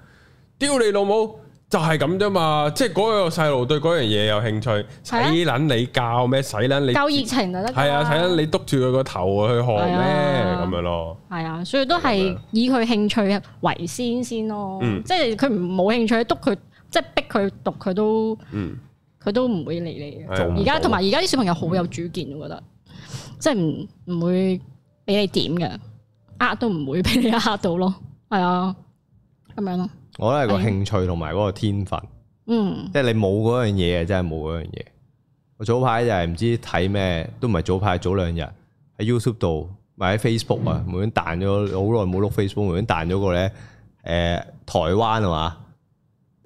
屌你老母！就係咁啫嘛，即係嗰個細路對嗰樣嘢有興趣，使
啊
撚你教咩？使撚
[LAUGHS]
你
夠熱情就得㗎啦。
係啊，使撚你督住佢個頭去學
係
咩
啊
咁樣咯？
係啊，所以都係以佢興趣為先先咯。
嗯
即係佢唔冇興趣，督佢即係逼佢讀，佢都
嗯，
佢都唔會理你嘅。
係啊
而家同埋而家啲小朋友好有主見，我覺得即係唔唔會俾你點嘅，呃都唔會俾你呃到咯。係啊，咁樣咯。
我覺得係個興趣同埋嗰個天分，
嗯
即係你冇嗰樣嘢，啊真係冇嗰樣嘢。我早排就係唔知睇咩，都唔係早排，早兩日喺 YouTube 度，咪喺 Facebook 啊，無端彈咗好耐冇碌 Facebook，無端彈咗個咧，誒、台灣啊嘛，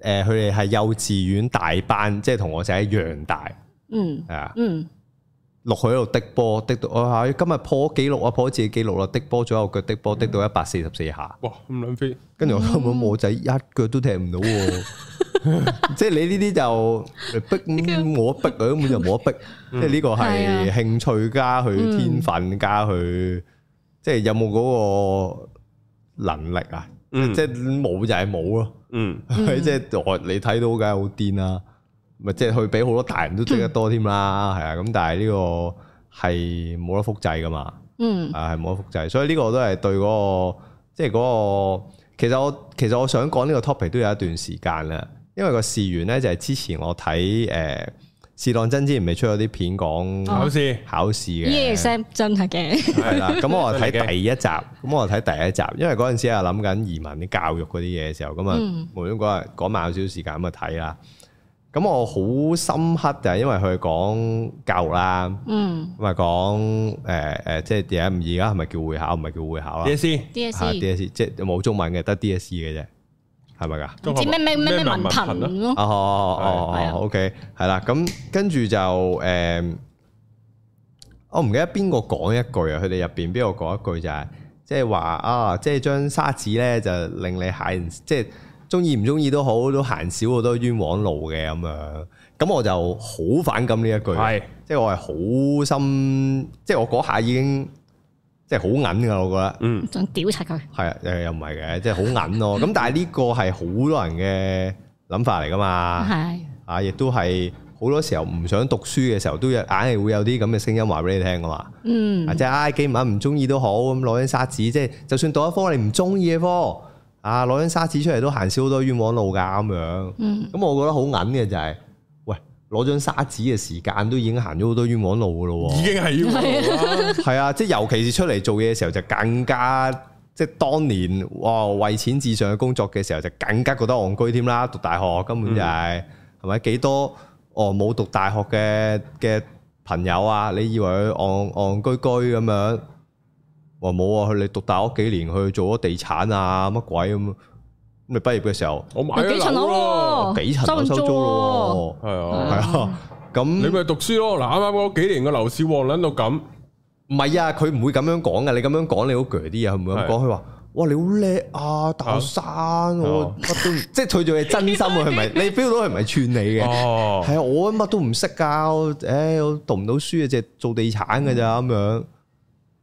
誒佢哋係幼稚園大班，即係同我仔一樣大，
嗯
係啊。
嗯，
落去喺度的波，的到我下今日破咗紀錄啊，破咗自己紀錄啦，的波左右腳的波的到一百四十四下，
哇，咁撚飛！
跟住我心諗我仔一腳都踢唔到喎，即係你呢啲就你逼咁我逼佢根本就冇得逼，即係呢個
係啊
係興趣加佢天分加佢，即係有冇嗰個能力啊？
嗯，
即
即
係冇就係冇咯。
嗯
係 [LAUGHS] 即係我你睇到梗係好癲啦，咪即係佢比好多大人都即得多添啦，係啊，咁但係呢個係冇得複製噶嘛，
嗯
啊係冇得複製，所以呢個都係對嗰個即係嗰個，其實我其實我想講呢個 topic 都有一段時間啦，因為個事源咧就係之前我睇誒是當真之前咪出咗啲片
考
啊
講
試
考試嘅。
，E S M 真係嘅。
係啦，咁我就
真係嘅
睇第一集，咁我就睇第一集，因為嗰陣時係諗緊移民啲教育嗰啲嘢嘅時候，咁啊
嗯，
無端嗰日嗰晚有少少時間咁啊睇啦。咁我好深刻就係因為佢講教育啦，
嗯
咁啊講誒誒，即係而家唔而家係咪叫會考？唔係叫會考啦啊
嘢先。
，D S
嚇
E
，DSE 即係冇中文嘅，得 DSE 嘅啫，係咪㗎？
唔知咩咩咩咩文
憑
憑咯。
哦哦
係
哦
啊
哦，OK，係啦，咁跟住就誒，我唔記得邊個講一句啊，佢哋入邊邊個講一句就係，即係話啊，即係張沙紙咧就令你行，即係中意唔中意都好，都行少好多冤枉路嘅咁樣。咁我就好反感呢一句，啊
係
即係我係好心，即係我嗰下已經即係好銀㗎，我覺得。
嗯
仲屌柒佢，
係啊，誒又唔係嘅，即係好
[LAUGHS]
銀咯。咁但係呢個係好多人嘅諗法嚟
[LAUGHS]
噶嘛，
係
啊，亦都係好多時候唔想讀書嘅時候，都有硬係會有啲咁嘅聲音話俾你聽噶嘛。
嗯
啊，即係啊幾文唔中意都好，咁攞張沙紙，即係就算讀一科你唔中意嘅科，啊攞張沙紙出嚟都行少好多冤枉路㗎咁樣。
嗯
咁我覺得好銀嘅就係、喂攞張沙紙嘅時間都已經行咗好多冤枉路㗎咯喎。
已經係要啦，
係啊，即係尤其是出嚟做嘢嘅時候，就更加即係當年哇為錢至上嘅工作嘅時候，就更加覺得戇居添啦。讀大學根本就係係咪幾多哦冇讀大學嘅嘅朋友啊？你以為佢戇戇居居咁樣？話冇啊，佢你讀大學幾年，去做咗地產啊乜鬼咁，咁你畢業嘅時候
我買
有幾
咗
層
樓
樓
咯，
喎，
幾層樓收租咯
係啊
喎，係啊，
你
咁
咪讀書咯。嗱，啱啱嗰幾年個樓市旺撚到咁，
唔係啊，佢唔會咁樣講噶，你咁樣講你好鋸啲啊，佢唔會咁講，佢話。哇！你好叻啊，大學生，我乜都唔 [LAUGHS] 即係佢做嘢真心啊，佢唔係你 feel 到佢唔係串你嘅，
哦，
係啊，我乜都唔識噶，我誒我讀唔到書啊，淨係做地產嘅咋咁樣，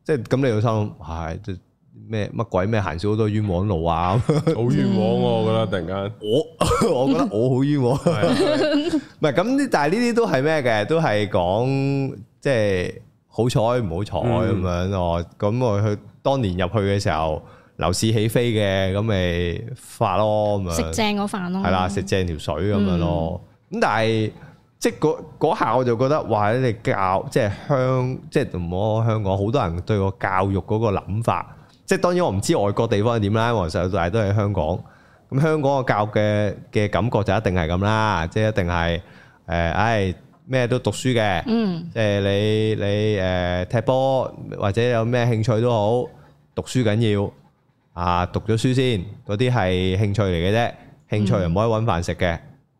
即係咁你就心諗，唉，即係咩乜鬼咩行少好多冤枉路啊！咁樣
好冤枉喎我覺得突然間。
我 [LAUGHS] 我覺得我好冤枉，唔
係
係咁呢，但係呢啲都係咩嘅，都係講即係好彩唔好彩咁樣咯。咁我去當年入去嘅時候，樓市起飛嘅，咁咪發咯咁樣。
食正嗰飯咯，
係啦，食正條水咁樣咯。咁、但係即係嗰嗰下我就覺得，哇！你哋教即係香，即係唔好講香港，好多人對個教育嗰個諗法，即係當然我唔知外國地方係點啦，因為我細到大都喺香港。咁香港嘅教育嘅嘅感覺就一定係咁啦，即係一定係誒，唉、咩都讀書嘅。
嗯，
即係你你誒、呃踢波或者有咩興趣都好，讀書緊要啊！讀咗書先，嗰啲係興趣嚟嘅啫，興趣唔可以揾飯食嘅，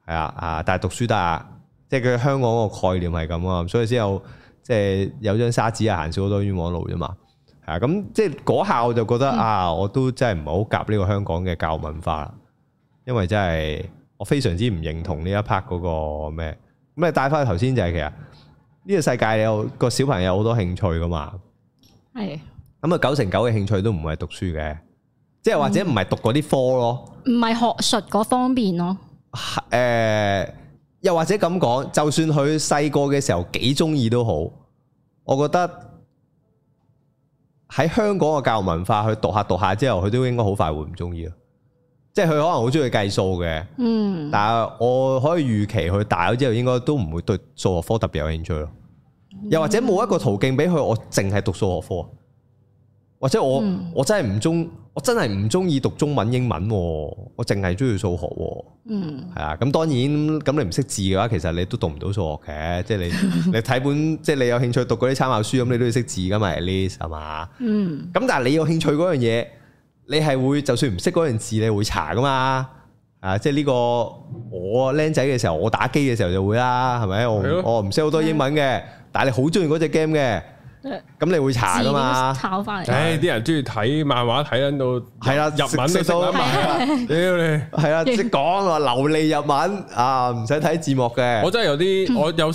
係啊啊！但係讀書得啊，即係佢香港個概念係咁啊，所以先有即係有張沙紙啊，行少好多冤枉路啫嘛。係啊，咁即係嗰下我就覺得、啊，我都真係唔係好夾呢個香港嘅教育文化啦，因為真係我非常之唔認同呢一 part 嗰個咩咁你帶翻去頭先就係其實。呢個世界有個小朋友好多興趣噶嘛，
係
咁啊九成九嘅興趣都唔係讀書嘅，即係或者唔係讀嗰啲科咯，
唔係學術嗰方面咯？
誒、又或者咁講，就算佢細個嘅時候幾中意都好，我覺得喺香港嘅教育文化，佢讀下讀下之後，佢都應該好快會唔中意咯，即係佢可能好中意計數嘅，
嗯，
但係我可以預期佢大咗之後，應該都唔會對數學科特別有興趣咯。又或者冇一個途徑俾佢，我淨係讀數學科，或者我、
嗯
我真係唔中，我真係唔中意讀中文、英文喎，我淨係中意數學喎。
嗯，
係啊，咁當然咁你唔識字嘅話，其實你都讀唔到數學嘅，即係你你睇本即係你有興趣讀嗰啲參考書，咁你都要識字噶嘛，at least 係嘛？
嗯，
咁但係你有興趣嗰樣嘢，你係會就算唔識嗰樣字，你會查噶嘛？啊，即係呢個我僆仔嘅時候，我打機嘅時候就會啦，係咪？我
係咯
我唔識好多英文嘅，但係你好中意嗰只 game 嘅，咁你會查
字
噶
點
嘛？
抄翻嚟？
唉，啲人中意睇漫畫睇緊到
係啦，
日文
識
都識
識到
得
係啊
埋，
啦，
屌你！
係啦，即係講話流利日文啊，唔使睇字幕嘅
我。真係有
嗯
啲，我有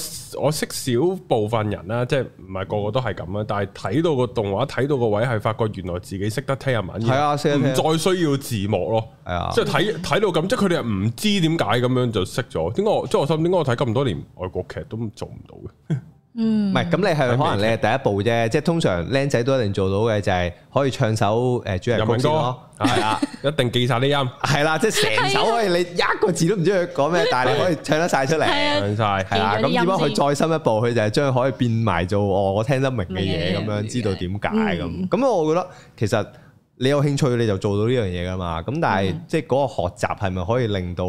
我識少部分人啦，即係唔係個個都係咁啦，啊但係睇到個動畫睇到個位係發覺原來自己識得聽日文嘅，
係啊識得
唔
聽
再需要字幕咯，
係啊
即係睇睇到咁，即係佢哋係唔知點解咁樣就識咗，點解我即係我心諗點解我睇咁多年外國劇都做唔到嘅，
嗯
唔，係，咁你
嗯
係可能你係第一步啫，即係通常僆仔都一定做到嘅就係可以唱首誒主題
日
曲
文
先
歌
咯，
係啊， [LAUGHS] 一定記晒啲
[LAUGHS]
音，
係啦，即係成首
係啊
喂你一個字都唔知佢講咩，
[LAUGHS]
但係你可以唱得晒出嚟，
係啊
唱晒。
係啦。
記咗啲
咁只不過
音
佢再深一步，佢就係將佢可以變埋做哦我聽得明嘅嘢咁
明嘅
樣，
嘢
知道點解咁。
嗯
咁我覺得其實你有興趣你就做到呢樣嘢㗎嘛。咁但係即係嗰個學習係咪可以令到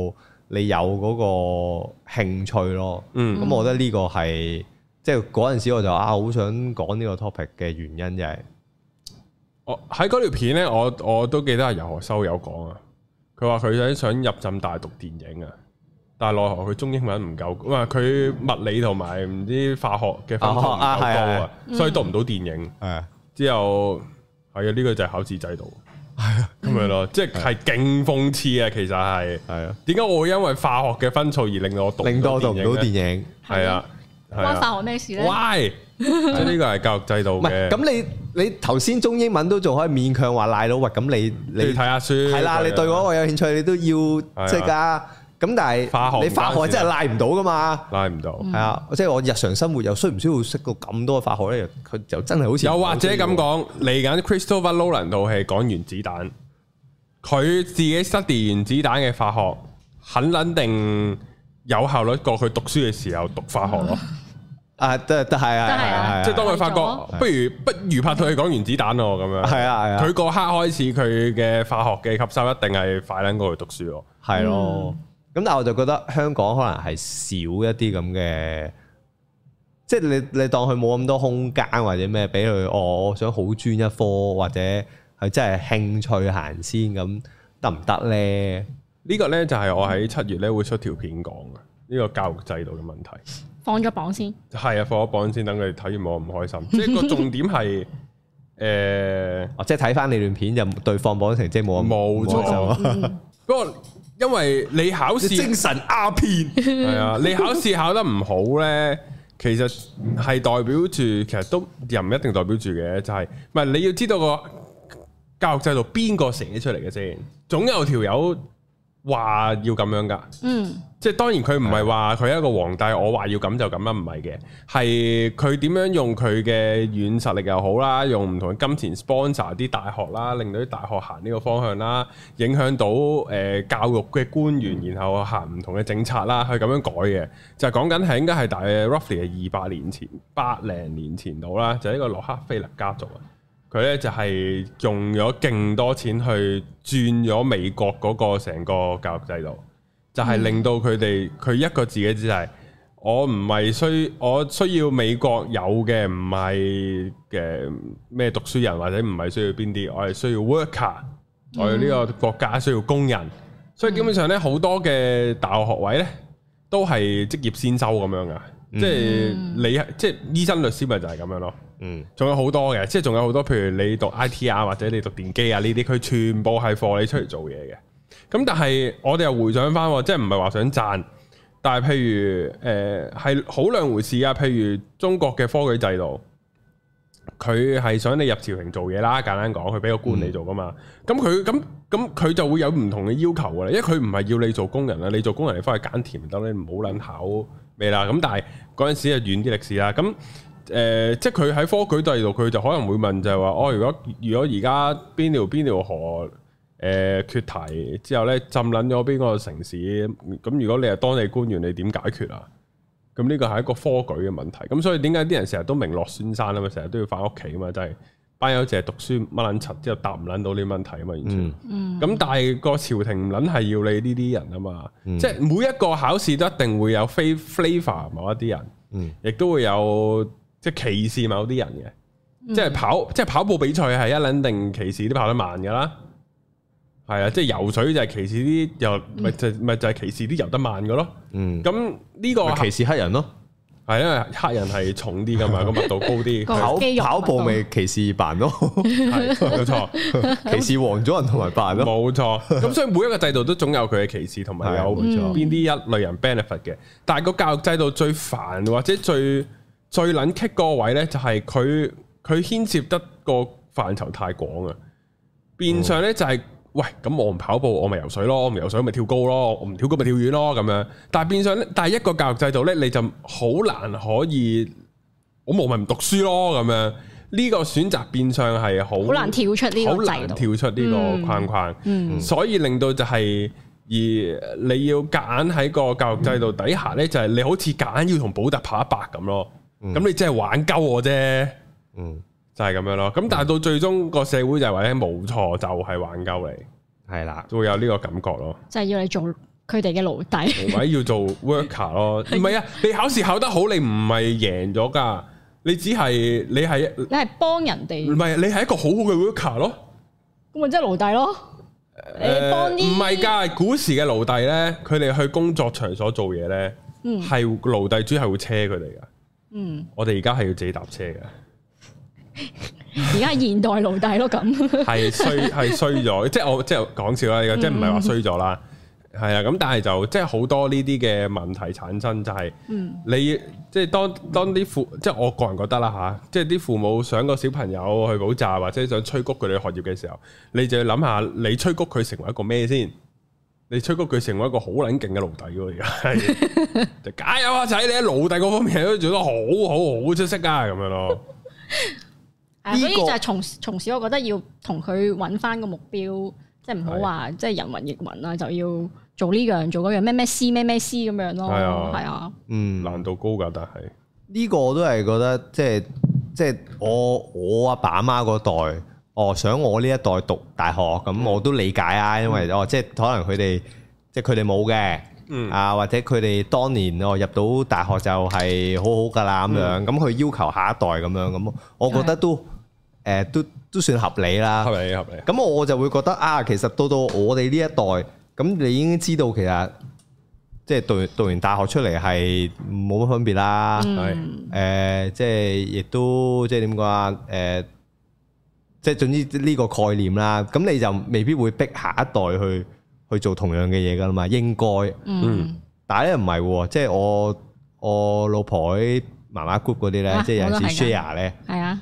你有嗰個興趣咯？
嗯
咁我覺得呢個係即係嗰陣時我就啊好想講呢個 topic 嘅原因就係、
我哦喺嗰條片咧，我我都記得係游何修有講啊，佢話佢想想入浸大讀電影啊，但係奈何佢中英文唔夠，唔係佢物理同埋唔知化學嘅分數唔夠
啊
高
係係
啊，所以讀唔到電影。
誒
之後係啊，呢個就係考試制度，
啊
咁樣
嗯
咯，即係係勁諷刺啊！其實係
係啊，
點解我會因為化學嘅分數而令到我讀
令到我讀唔
電
到
影
電影。
呢？係啊，係
關
啊
化學咩事咧？
[LAUGHS]
，why？即係呢個係教育制度
唔
嘅
係，。咁你你頭先中英文都仲可以勉強話賴老喂，咁你
你
你
睇下書
係啦，你對嗰個有興趣，你都
啊
要即係㗎。咁但係
化學唔關
你
事啊
化學真係賴唔到噶嘛？
拉唔到。
係啊，即係我日常生活又需唔需要識到咁多嘅化學咧？佢就真係好似
又或者咁
講，
講，嚟緊 Christopher Nolan 套戲講原子彈，佢自己 study 原子彈嘅化學，肯撚定有效率過佢讀書嘅時候讀化學咯。
啊，得得係係
真係啊
係係，
即係當佢發覺
係，
不如不如拍套戲講原子彈咯咁樣。
係啊係啊
佢嗰刻開始佢嘅化學嘅吸收一定係快撚過佢讀書咯。
係咯。咁但係我就覺得香港可能係少一啲咁嘅即係你你當佢冇咁多空間或者咩，俾佢哦，我想好專一科或者係真係興趣行先咁得唔得咧？
呢個呢，就係我
嗯
喺七月呢會出條片講嘅呢個教育制度嘅問題。
放咗榜先，
係啊，放咗榜先，等佢哋睇完我唔開心。即係個重點係 [LAUGHS] 呃誒。
哦，即係睇翻你段片就對放榜成績冇咁
冇錯 [LAUGHS]
冇咁
不過因為你考試精神鴉片係啊，你考試考得唔好呢，其實係代表住，其實都又唔一定代表住嘅，就係唔係你要知道個教育制度邊個寫出嚟嘅先，總有條友話要咁樣噶。
嗯，
即係當然佢唔係話佢係一個皇帝，我話要咁就咁啦，唔係嘅，係佢點樣用佢嘅軟實力又好啦，用唔同嘅金錢 sponsor 啲大學啦，令到啲大學行呢個方向啦，影響到誒、呃教育嘅官員，然後行唔同嘅政策啦，佢咁樣改嘅，就係講緊係應該係大約 roughly 係二百年前、百零年前到啦，就係呢個洛克菲勒家族啊。佢咧就係用咗勁多錢去轉咗美國嗰個成個教育制度，就係、令到佢哋佢一個字嘅字就係、我唔係需我需要美國有嘅唔係嘅咩讀書人或者唔係需要邊啲，我係需要 worker，我哋呢個國家需要工人，所以基本上咧好多嘅大學學位咧都係職業先修咁樣噶，即係你即係醫生律師咪就係咁樣咯。
嗯
仲有好多嘅，即係仲有好多，譬如你讀 I T 啊，或者你讀電機啊呢啲，佢全部係貨你出嚟做嘢嘅。咁但係我哋又回想翻，即係唔係話想賺，但係譬如誒係好兩回事啊。譬如中國嘅科舉制度，佢係想你入朝廷做嘢啦，簡單講，佢俾個官你做噶嘛。咁佢咁咁佢就會有唔同嘅要求噶啦，因為佢唔係要你做工人啦，啊你做工人你翻去耕田咪得啦，你唔好撚考咩啦。咁但係嗰陣時係遠啲歷史啦，咁。誒、呃即係佢喺科舉制度，佢就可能會問就係話：哦，如果如果而家邊條邊條河誒、決堤之後咧，浸撚咗邊個城市？咁如果你係當地官員，你點解決啊？咁呢個係一個科舉嘅問題。咁所以點解啲人成日都名落孫山啊嘛？成日都要翻屋企啊嘛？就係、班友淨係讀書乜撚柒，之後答唔撚到呢啲問題啊嘛，完全。
嗯
咁但係個朝廷唔撚係要你呢啲人啊嘛，
嗯
即係每一個考試都一定會有 fa- flavor 某一啲人，
嗯
亦都會有即係歧視某啲人嘅，即係跑即係跑步比賽係一撚定歧視啲跑得慢㗎啦，係啊，即係游水就係歧視啲游咪就咪就係歧視啲游得慢嘅咯，
嗯，
咁呢個
咪歧
係
視黑人咯，
係因為黑人係重啲㗎
[LAUGHS]
嘛，個密度高啲，
個
係
跑
肌肉
跑步
運動
咪歧視白人咯， [LAUGHS]
係冇錯。
歧視黃種人同埋白人咯，
冇
[LAUGHS]
錯，咁所以每一個制度都總有佢嘅歧視，同埋有
係冇錯
邊啲一類人 benefit 嘅。但係個教育制度最煩或者最最撚棘個位呢，就係佢佢牽涉得個範疇太廣啊。變相
嗯
呢，就係、喂，咁我唔跑步，我咪游水咯，我唔游水咪跳高咯，我唔跳高咪跳遠咯咁樣。但係變相呢，但係一個教育制度呢，你就好難可以，我冇咪唔讀書咯咁樣。呢、個選擇變相係好
好難跳出呢
好
個
難
制度。嗯
跳出呢個框框，嗯所以令到就係、而你要夾硬喺個教育制
嗯
度底下呢，就係、你好似夾硬要同保特拍一百咁咯，咁、你真係玩鳩我啫，
嗯，
就係、咁樣咯。咁但係到最終個社會就係話咧，冇錯就係玩鳩你，
係啦，
會有呢個感覺咯。
就係要你做佢哋嘅奴
[LAUGHS]
隸。
或者要做 worker
[LAUGHS]
咯，唔係啊，你考試考得好，你唔係贏咗㗎，你只係你係
你係幫人
唔
哋，
係你係一個好好嘅 worker 咯。
咁咪即係奴隸咯。你
呃
幫啲
唔係㗎，古時嘅奴隸咧，佢哋去工作場所做嘢咧，係、奴隸主係會車佢哋㗎。
嗯，
我哋而家係要自己搭車嘅，
而家係現代奴隸咯咁。
係衰係衰咗，即係我即係講笑啦，呢個即係唔係話衰咗啦，係啊，咁但係就即係好多呢啲嘅問題產生，就係、你即係當當啲父，即係我個人覺得啦吓，即係啲父母想個小朋友去補習或者想催谷佢哋學業嘅時候，你就要諗下你催谷佢成為一個咩先。你吹谷佢成為一個好撚勁嘅奴隸喎，而家係就加油啊仔！你喺奴隸嗰方面都做得好好好出色啊，咁樣咯。
係啊所以就係從從小，我覺得要同佢揾翻個目標，即係唔好話即係人云亦云啦，就要做呢樣做嗰樣，咩咩師咩咩師咁樣咯。
係啊
係啊，
嗯，
難度高㗎，但係
呢個我都係覺得即係即係我我阿爸阿媽嗰代，哦想我呢一代讀大學，咁我都理解啊，因為哦即係可能佢哋即係佢哋冇嘅，
嗯
啊或者佢哋當年我入到大學就係好好噶啦咁樣，咁佢要求下一代咁樣咁，我覺得都誒都都算合理啦。
合理合理，
咁我就會覺得啊，其實到到我哋呢一代，咁你已經知道其實即係讀完讀完大學出嚟係冇乜分別啦。誒、
嗯，
呃即係亦都即係點講啊？誒、即係總之呢個概念啦。咁你就未必會逼下一代去去做同樣嘅嘢㗎啦嘛，應該。
嗯，
但係咧唔係喎，即係我我老婆喺媽媽 group 嗰啲咧
啊，
即係有
我都
陣
係
時
㗎
share 咧，
係啊，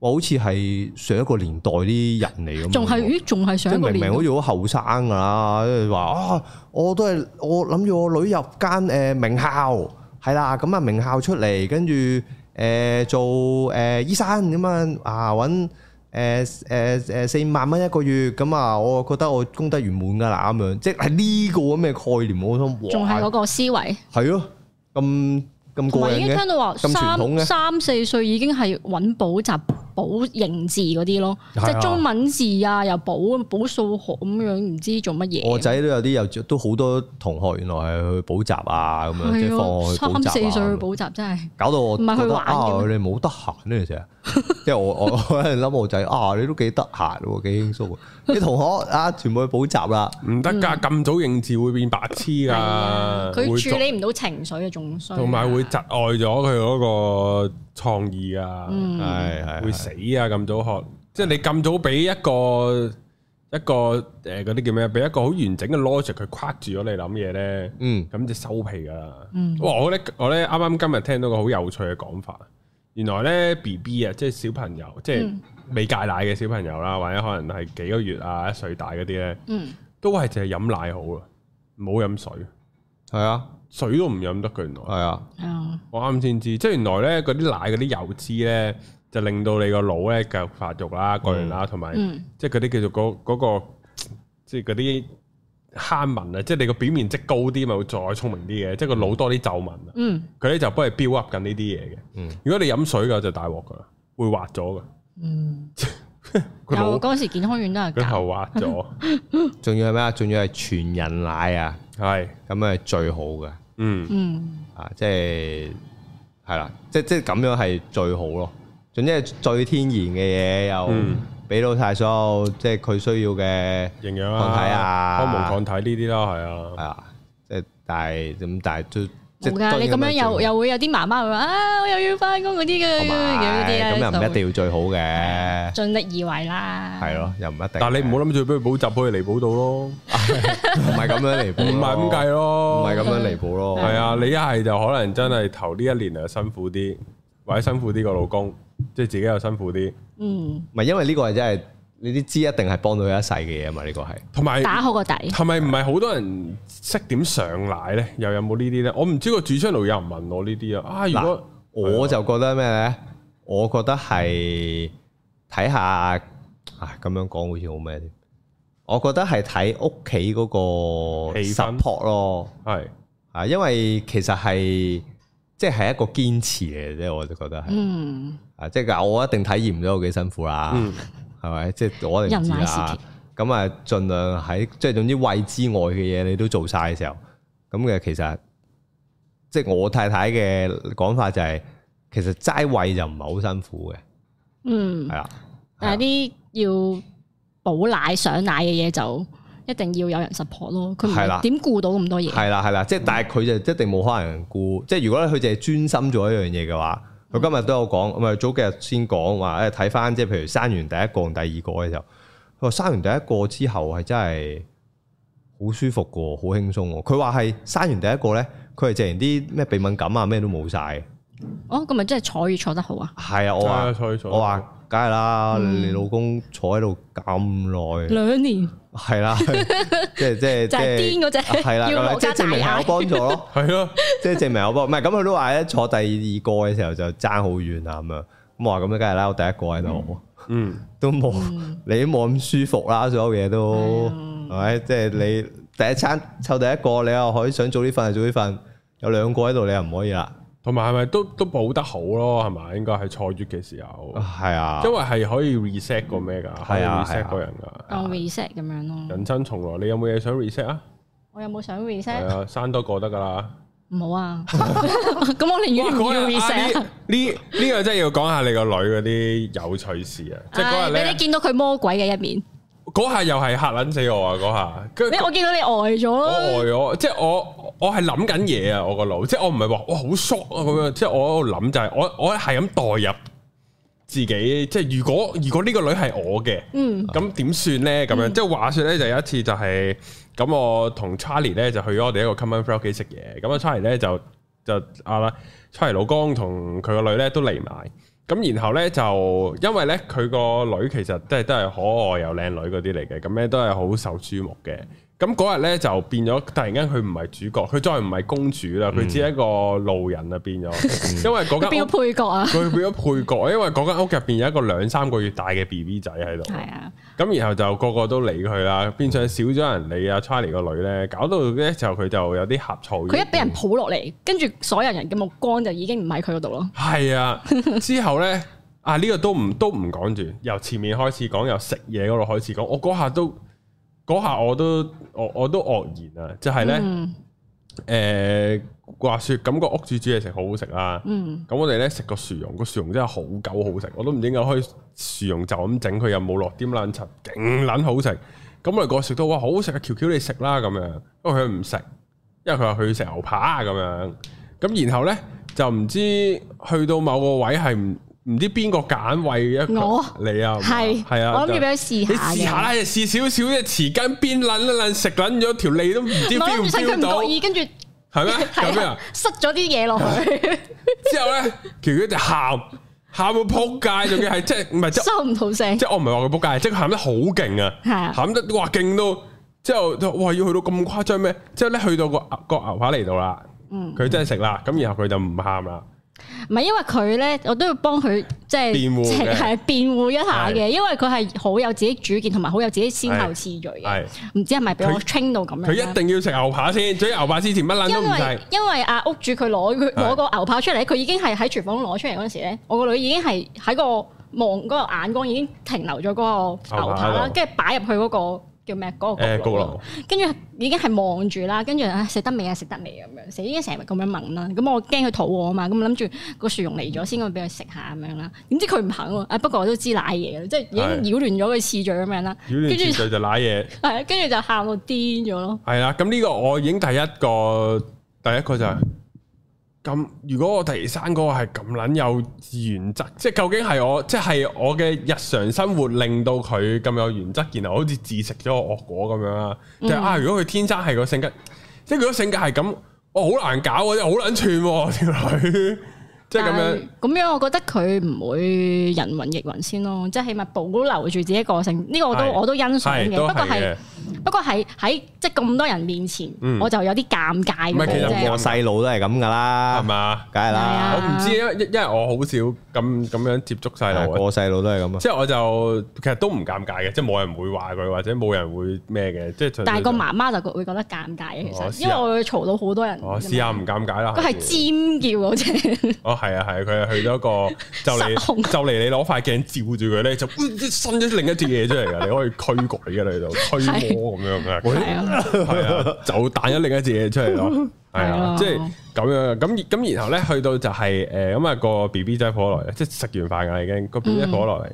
哇，好似係上一個年代啲人嚟咁樣喎。
仲係咦，仲係上
即
一
係
個
明
年
明好
代，
似好後生㗎啦，跟住話啊，我都係我諗住我女入間誒名校，係啦，咁啊名校出嚟，跟住誒做誒、呃、醫生咁啊，啊揾誒誒誒四五萬蚊一個月，咁啊我覺得我功德圓滿㗎啦，咁樣即係呢個咁嘅概念，我諗
仲係
哇
嗰個思維，
係咯，咁
同
咁過
埋已
癮
經
嘅
聽，到話
咁傳統嘅
三三四歲已經係揾補習補認字嗰啲咯，即
係啊
係中文字啊，又補補數學咁樣，唔知做乜嘢。
我仔都有啲有都好多同學原來係去補習啊，咁樣即係放
係啊，
學去補習
三
啊
四歲
咁
去
樣
補習真係，
搞到我
唔係去
覺得
玩
啊，
嘅
你冇得閒
[LAUGHS]
呢成日，即係我我 [LAUGHS] 我喺度諗我仔啊，你都幾得閒喎，幾輕鬆喎。
[LAUGHS]
啲同學啊，全部去補習啦，
唔得㗎，咁早認字會變白痴
嗯係
噶
啊，，佢
會
處
作
理唔到情緒啊，仲衰啊，
同埋會窒礙咗佢嗰個創意啊，
嗯
係係
會死啊！咁早學，即係你咁早俾一個一個誒嗰啲叫咩？俾一個好完整嘅 logic 佢框住咗你諗嘢咧，
嗯
咁就收皮噶啦。
嗯
哇！我咧我咧啱啱今日聽到個好有趣嘅講法，原來咧 B B 啊，即係小朋友，即
嗯
係未戒奶嘅小朋友啦，或者可能係幾個月啊、一歲大嗰啲咧，
嗯，
都係淨係飲奶好啊，唔好飲水，
係啊
水都唔飲得佢原來。
係啊，
係啊，
我啱先知，即係原來咧嗰啲奶嗰啲油脂咧，就令到你個腦咧繼續發育啦、各樣啦，同埋、
嗯
即係嗰啲叫做嗰、嗰個，即係嗰啲坑紋啊，即係你個表面積高啲，咪會再聰明啲嘅，即係個腦多啲皺紋啊。
嗯
佢咧就幫你 build up 緊呢啲嘢嘅。
嗯
如果你飲水嘅就大鑊噶啦，會滑咗噶，
嗯，
個腦
有嗰時健康院都係
佢
教，
頭滑
[LAUGHS]
咗，
仲要係咩啊？仲要係全人奶啊，
係
咁啊最好嘅
嗯
嗯
啊，即係係啦，即即係咁樣係最好咯。總之係最天然嘅嘢又
嗯
俾到晒所有即係佢需要嘅。
營養
抗體
啊、
啊
康蒙抗體呢啲啦，係啊，
啊，即係但係咁，但係都即
冇
係
㗎，
當
你
然
咁樣
最好
又又會有啲媽媽會話啊，我又要翻工嗰啲嘅
同
嗰啲
埋
咧，
咁又唔一
就會
定要最好嘅，
盡力而為啦，
係，咯，又唔一定。
但係你唔好諗住俾佢補習可以彌補到咯，唔
唔係咁樣嚟補，
係咁，計
唔
咯，
係咁樣嚟補咯。
係啊，你一係就可能真係頭呢一年就辛苦啲，或者辛苦啲個老公，即係自己又辛苦啲，
嗯，
唔係因為呢個係真係你啲知一定係幫到佢一世嘅嘢嘛？呢個係
同埋
打好個底，
係咪唔係好多人識點上奶呢？又有冇呢啲呢？我唔知個主 c h 有人問我呢啲啊。啊，如
嗱
果，
我就覺得咩咧？我覺得係睇下啊，咁樣講好似好咩添？我覺得係睇屋企嗰個
氣氛
support 咯。
係
啊，因為其實係即係一個堅持嚟嘅啫，我就覺得係
嗯
啊，即係我一定體驗咗我幾辛苦啦，
嗯
係咪？即係我一定知
人奶事件
啦。咁啊，盡量喺即係總之為之外嘅嘢你都做晒嘅時候，咁嘅其實即係我太太嘅講法就係、其實齋喂就唔係好辛苦嘅，
嗯
係，啊啦。
但係啲要補奶上奶嘅嘢就一定要有人 support 咯，佢唔
係啦
係點顧到咁多嘢，
係啦係啦，即係但係佢就一定冇可能顧，即係如果咧佢就係專心做一樣嘢嘅話，佢今日都有講，咪早幾日先講話誒睇翻，即係譬如生完第一個同第二個嘅時候，佢話生完第一個之後係真係好舒服嘅，好輕鬆喎。佢話係生完第一個咧，佢係直情啲咩鼻敏感啊咩都冇晒。
哦，咁咪真係坐月坐得好啊，
係啊，我
啊
話
所以所以
我話梗係啦，
嗯
你老公坐喺度咁耐，
兩年
係啦，即係即係
嗯 [LAUGHS] 就係
即
癲嗰隻
係啦，
要
咁樣啊
落
即
家
係證明係
大
有
嗌
幫助咯。
係咯，
即係證明我幫，唔係咁佢都話咧坐第二個嘅時候就爭好遠啊咁樣，咁我話咁樣梗係啦，我第一個喺度
嗯，
都冇，你都冇咁舒服啦，所有嘢都係咪？即係你第一餐湊第一個，你又可以想早啲瞓就早啲瞓，有兩個喺度你又唔可以啦，
同埋係咪都都補得好咯？係咪？應該係坐月嘅時候，
係啊
因，為係可以 reset 個咩㗎，可以
係啊係
reset
啊
個人㗎。嗯
當 reset 哦咁樣咯，
人生從來你有冇嘢想 reset 啊？
我有冇想
係
reset？
啊，生多個得噶
[LAUGHS]
啦。
唔好
[LAUGHS]
啊，咁我寧願唔
嗰
要
日啊
reset
呢
啊。
呢呢個真係要講下你個女嗰啲有趣事啊！即係嗰
唉
日
俾
咧
你，見到佢魔鬼嘅一面，
嗰下又係嚇撚死我啊！嗰下，跟
你我見到你呆咗
我
咯。
呆咗，即係我我係諗緊嘢啊！我個腦，即係我唔係話哇好 shock 啊咁樣，即係我喺度諗就係我我係咁代入自己，即係如果如果呢個女係我嘅。
嗯
咁點算呢？咁樣即係話説呢，就有一次就係、咁，我同 Charlie 呢，就去咗我哋一個 common friend 屋企食嘢。咁啊，Charlie 呢，就就啊啦，Charlie 老公同佢個女呢都嚟埋。咁然後呢，就因為呢，佢個女其實即係都係可愛又靚女嗰啲嚟嘅，咁呢都係好受注目嘅。咁嗰日呢，就變咗，突然間佢唔係主角，佢再唔係公主啦，佢只係一個路人啊變咗， [LAUGHS] 因為嗰
變
間
咗
屋
配角啊，
佢變咗配角，因為嗰間屋入邊有一個兩三個月大嘅 B B 仔喺度。
係啊，
咁然後就個個都理佢啦，變相少咗人理阿 Charlie 個女咧，搞到咧就佢就有啲呷醋。
佢一俾人抱落嚟，跟住所有人嘅目光就已經唔喺佢嗰度咯。
係啊，之後咧啊呢、個都唔都唔講住，由前面開始講，由食嘢嗰度開始講。我嗰下都嗰下我都我我都愕然啊，就係咧
嗯
誒話説咁個屋主煮嘢食好好食啦。
嗯，
咁我哋咧食個薯蓉，個薯蓉真係好狗好食，我都唔知點解可以薯蓉就咁整，佢又冇落啲撚柒，勁撚好食。咁我哋個食到哇，好好食啊！喬喬你食啦咁樣，不過佢唔食，因為佢話佢食牛扒咁樣。咁然後咧就唔知去到某個位係唔唔知邊個揀位嘅一個
我
你啊，
係
係啊，
我諗
就
住俾佢試
你試下
下嘅。
啦，試少少啫，匙羹邊撚一撚食撚咗條脷都唔知飆
唔係我
唔
諗住趁
飆到
佢唔覺，意，跟住。
係咩？ [LAUGHS] 咁
係
樣啊
啊？，塞咗啲嘢落
[LAUGHS]
去，
之後咧，喬喬就喊，喊到扑街，仲要係即係唔係即係
收唔到聲
即。係我唔係話佢扑街，即係佢喊得好勁
係
啊，
啊
喊得哇勁到之後就哇要去到咁誇張咩？之後咧去到個個牛扒嚟到啦，佢真係食啦，咁然後佢就唔喊啦，
唔係因為佢咧，我都要幫佢即係
辯護嘅
係辯護一下
係
嘅，因為佢係好有自己主見，同埋好有自己先後次序嘅。
係
唔知係咪俾我
佢
train 到咁樣
佢
咧？
一定要食牛扒先，所以牛扒之前乜撚都
因
唔
為
食，
因為啊屋主佢攞佢
係
攞個牛扒出嚟，佢已經係喺廚房攞出嚟嗰陣時咧，我個女已經係喺個望嗰個眼光已經停留咗嗰個牛扒
牛扒
啦
哦度，
跟住擺入去嗰個叫咩嗰個
誒
焗
焗
爐
爐
咯，跟住已經係望住啦，跟住唉食得未啊食得未啊咁樣，死已經成日咁樣問啦，咁我驚佢肚餓啊嘛，咁諗住個薯蓉嚟咗先，咁俾佢食下咁樣啦，點知佢唔肯喎，啊不過我都知賴嘢啦，即係
係
已經擾亂咗佢次序咁樣啦，
擾亂
跟
次
住
序就揦嘢，
係啊，跟住就喊到癲咗咯，
係啦。咁呢個我已經第一個第一個就係咁，如果我第三個係咁撚有原則，即係究竟係我即係我嘅日常生活令到佢咁有原則，然後好似自食咗個惡果咁樣啦。就
嗯
係啊，如果佢天生係個性格，即係如果性格係咁，我好難搞啊，真係好撚串喎條女，即係咁樣。
但係咁樣，我覺得佢唔會人雲亦雲先咯，即係起碼保留住自己個性。呢、個我都
係
我都欣賞
係
嘅。
都
不過
係
係
嘅，
不過係喺即係咁多人面前，
嗯
我就有啲尷尬
唔係
咁
其實
啫。
冇
係
啊
我細路都係咁噶啦，
係？嘛？
梗係
係
我
啊
啦，
唔知，因為因為我好少咁咁樣接觸細路啊。
個細路都係咁啊。
即係我就其實都唔尷尬嘅，即係冇人會話佢或者冇人會咩嘅，即係。
但係個，媽媽就會覺得尷尬嘅，其
我
實
哦試下
因為我會嘈到好多人。
我哦試下唔尷尬啦。
佢係尖叫嗰只，
哦，係啊，係啊，佢係去咗一
[LAUGHS]
個就嚟
失控
就嚟你攞塊鏡照住佢咧，就嗯伸咗另一隻嘢出嚟㗎，你可以驅趕嘅你度驅魔咁樣嘅，
係啊，
係啊，就彈咗另一隻嘢出嚟咯，係
係
啊
啊，
即係咁樣。咁咁然後咧，去到就係誒咁啊個 B B 仔抱落嚟，即係食完飯㗎啦已
嗯
經個 B B 仔抱落嚟。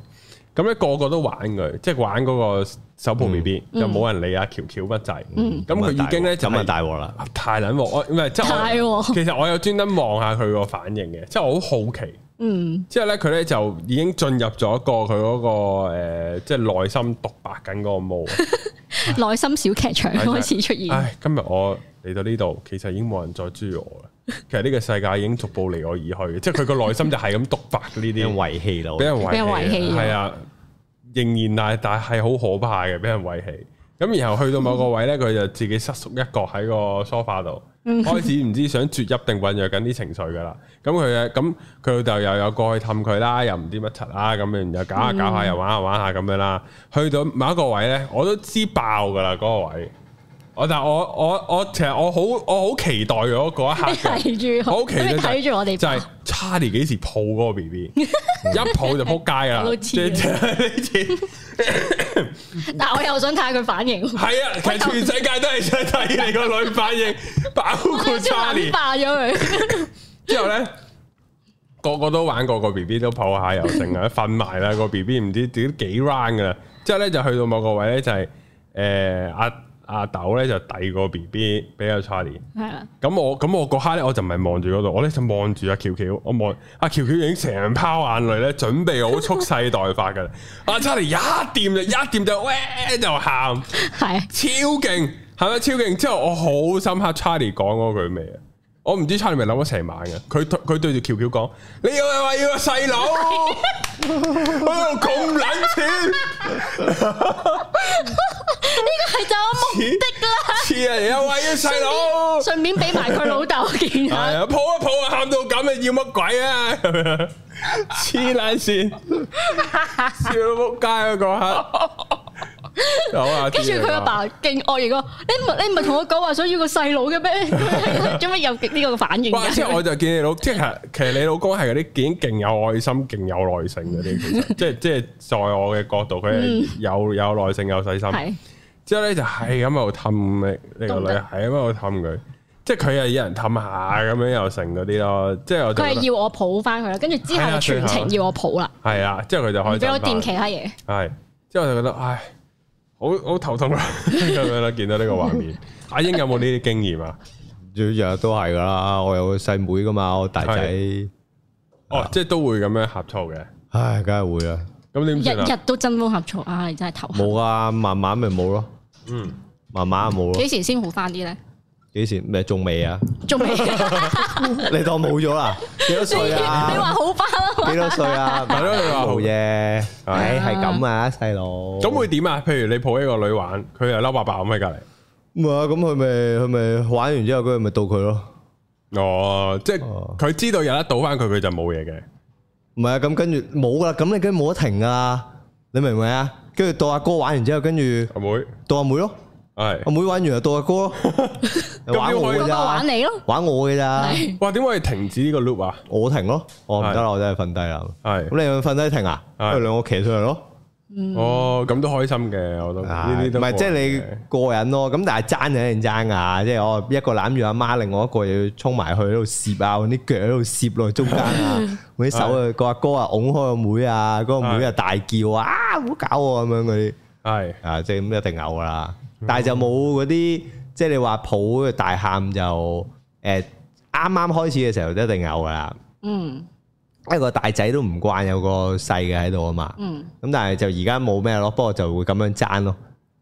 咁咧個個都玩佢，即係玩嗰個手抱 B B，
嗯
就冇人理阿喬喬乜滯。咁
嗯
佢已經咧就
咁啊
係
大鑊啦，
太撚喎，我唔 [LAUGHS] 係即
太
係我
喎
其實我有專登望下佢個反應嘅，即係我好好奇。
嗯，
之後咧，佢咧就已經進入咗一個佢嗰個誒，即係內心獨白緊嗰個 mode 啊。
內心小劇場
係
開始出現，
唉，今日我嚟到呢度，其實已經冇人再追我啦。其實呢個世界已經逐步離我而去，即係佢個內心就係咁獨白呢
俾人
啲，
遺棄啊
俾
啦，
人遺
俾人
棄
遺棄
係啊，仍然但係但係好可怕嘅，俾人遺棄。咁然後去到某個位咧，佢就自己瑟縮一角喺個 sofa 度，開始唔知想啜泣定醖釀緊啲情緒噶啦。咁佢啊，咁佢老豆又有過去氹佢啦，又唔知乜柒啦，咁樣又搞下搞下，又玩下玩下咁樣啦。去到某一個位咧，我都知爆噶啦嗰個位。我但係我我我其實我好我好期待嗰嗰一刻 [LAUGHS]
你
嘅。
[LAUGHS] 睇住
好
我，
奇怪
你睇住我哋
就係 Charlie 幾
[LAUGHS] 啊
時抱嗰個 B B，一抱就扑街噶啦，
我都知
即係 [LAUGHS] 你知
[LAUGHS] 但我又想睇下佢
[LAUGHS]
反應。
系
[LAUGHS]
啊，其實全世界都係想睇你個女反應，包括
超
Charlie
撚。化咗佢，
之後咧，個個都玩過個 B B 都抱下又剩啊，瞓埋啦個 B B 唔知點幾 round 噶啦。之後咧就去到某個位咧就係诶阿阿豆咧就遞個 B B 俾阿 Charlie。
係啊啦，
咁我咁我嗰刻咧我就唔係望住嗰度，我咧就望住阿喬喬，我望阿喬喬已經成泡眼淚咧，準備好蓄勢待發噶啦。 [LAUGHS] 阿 Charlie 一掂就一掂就喂就喊。
係
超勁，係咪超勁？之後我好深刻 Charlie 講嗰句咩啊？我唔知 Charlie 咪諗咗成晚嘅，佢對佢對住喬喬講：你要係話要個細佬， [LAUGHS] 我度咁撚錢，
係就我目的啦。
似啊！又話要細佬，
[LAUGHS] 順便俾埋佢老豆見
[LAUGHS] 係
下，
啊，抱一抱啊，喊到咁啊，要乜鬼 [LAUGHS] 啊？咁樣黐撚線，笑到仆街啊！嗰刻，好啊，
跟住佢阿爸勁惡意講：你唔你唔係同我講話想要個細佬嘅咩？ [LAUGHS] 做乜有呢個反應
哇！即系
㗎？
我就見你老，即係其實你老公係嗰啲已經勁有愛心、勁有耐性嗰啲，其實即係即係在我嘅角度，佢係有有耐性、有細心。
係
之後咧就係咁喺度氹你你個女，
都唔得
係咁喺度氹佢，即係佢係有人氹下咁樣又成嗰啲咯。即係我就覺得
佢係要我抱翻佢啦，跟住之後
係啊
就全
最後
程要我抱啦，
係啊，之後佢就開
唔
心
俾我
返
掂其他嘢。
係，之後就覺得唉，好好頭痛啦啊 [LAUGHS] 咁樣啦，見到呢個畫
[LAUGHS]
面。阿英有冇呢啲經驗啊？
日日都係噶啦，我有個細妹噶嘛，我大仔，啊
哦，即係都會咁樣呷醋嘅。
唉，梗係會啦，
咁點
日
算啊？
日都爭風呷醋，唉，真係頭痕。
冇啊，慢慢咪冇咯，
嗯，
慢慢就冇咯
幾，時先好翻啲咧？
幾時咪仲未啊？
仲未？
[LAUGHS]
[LAUGHS]
你當冇咗啦？幾多歲
你話
啊？
好翻
[LAUGHS]
啦嘛？
幾多歲啊？
係咯你話
冇嘢，唉，係咁啊，細佬。
咁會點啊？譬如你抱一個女玩，佢又嬲爆爆咁喺隔離。
唔啊？咁佢咪佢咪玩完之後，佢咪到佢咯。
哦，即係
哦
佢知道有得倒翻佢，佢就冇嘢嘅。
唔係啊，咁跟住冇噶啦，咁你跟住冇得停噶啦，你明唔明啊？跟住到阿哥玩完之後，跟住 [LAUGHS]
阿妹
到阿妹咯，阿
係，
妹玩完就到阿哥咯，玩我
個
嘅
個
咋
[LAUGHS] 玩，你咯，
玩我嘅咋，
係
哇！點解要停止呢個 loop 啊？
我停咯，我唔得啦，我真係瞓低啦。
係
咁你咪瞓低停啊？
係
佢兩個騎上嚟咯，啊
哦，咁都開心嘅，我都呢啲
嗯唔
都
係即係你
過癮嘅
個人咯。咁但係爭就一定爭啊，即係我一個攬住阿媽，另外一個又要衝埋去喺度攝啊，揾啲腳喺度攝落去中
[LAUGHS]
間啊，揾啲手啊，個阿哥啊擁開個妹啊，嗰個妹啊大叫啊，啊唔好搞我咁樣嗰啲。
係
啊，即係咁一定嘔㗎啦。
嗯
但係就冇嗰啲，即係你話抱大喊就誒啱啱開始嘅時候一定嘔㗎啦。
嗯
因為個大仔都唔慣有個細嘅喺度啊嘛。
嗯，
咁但係就而家冇咩咯，不過就會咁樣爭咯，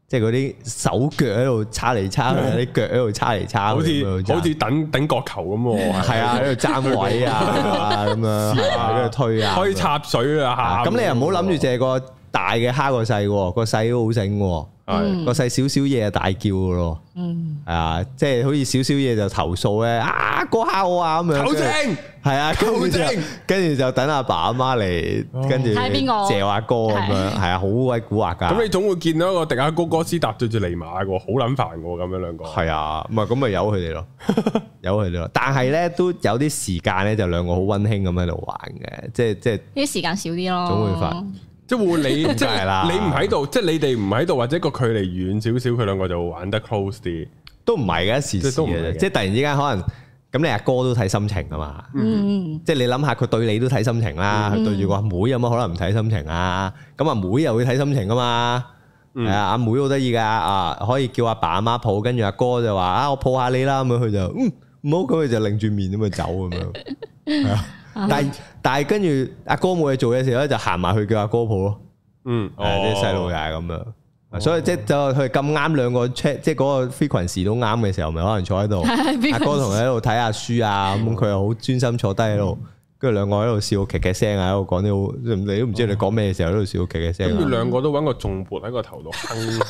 即係嗰啲手腳喺度叉嚟叉去，啲腳喺度叉嚟叉去，
好
咁樣
似
爭
好似等等角球咁喎，
[LAUGHS]
係
係啊，喺度爭位
[LAUGHS]
啊咁樣，喺度推啊，
可以插水啊！
啊。
嚇
咁你又唔好諗住借個大嘅蝦個細喎，個細都好醒喎。
係
嗯
個細少少嘢就大叫噶咯，
嗯，
係啊，即係好似少少嘢就投訴咧，啊嗰下我啊咁樣，
糾
跟住
正
係啊，跟住就
糾正
跟住就等阿爸阿媽嚟，跟住
睇下邊個
謝阿哥咁樣，係啊，好鬼古惑噶，
咁你總會見到一個迪亞哥哥斯搭對住尼馬喎，好撚煩喎，咁樣兩個
係啊，唔係咁咪由佢
[LAUGHS]
哋咯，由佢哋咯，但係咧都有啲時間咧就兩個好温馨咁喺度玩嘅，即係即係
呢啲時間少啲咯，
總會發
即係會
[LAUGHS]
你即
梗係啦
係你唔喺度，即係你哋唔喺度，或者個距離遠少少，佢兩個就會玩得 close 啲。
都唔係嘅一時
即係
時
都唔係
嘅
嘅
啫，即係突然之間可能咁你阿哥都睇心情啊嘛。
嗯， [LAUGHS]
即係你諗下，佢對你都睇心情啦，佢對住個阿妹有乜可能唔睇心情啊？咁阿妹又會睇心情噶嘛？係啊，阿妹好得意噶，啊可以叫阿爸阿媽抱，跟住阿哥就話啊我抱下你啦，咁樣佢就嗯唔好，咁佢就擰住面咁就走咁樣。係啊但係但係跟住阿哥冇嘢做嘅時候咧，就行埋去叫阿哥抱咯。
嗯，
誒，即係細路
嘅，
又係咁樣，所以即係就佢咁啱兩個 check，即係嗰個 frequency 都啱嘅時候，咪可能坐喺度，
frequency
阿哥同佢喺度睇下
[LAUGHS]
書啊，咁佢又好專心坐低喺度，
嗯
跟住兩個喺度笑劇嘅聲啊，喺度講啲好，你都唔知你講咩嘅時候喺度笑劇嘅
跟住
聲啊，
兩個都揾個重撥喺個頭度哼
[LAUGHS]
下，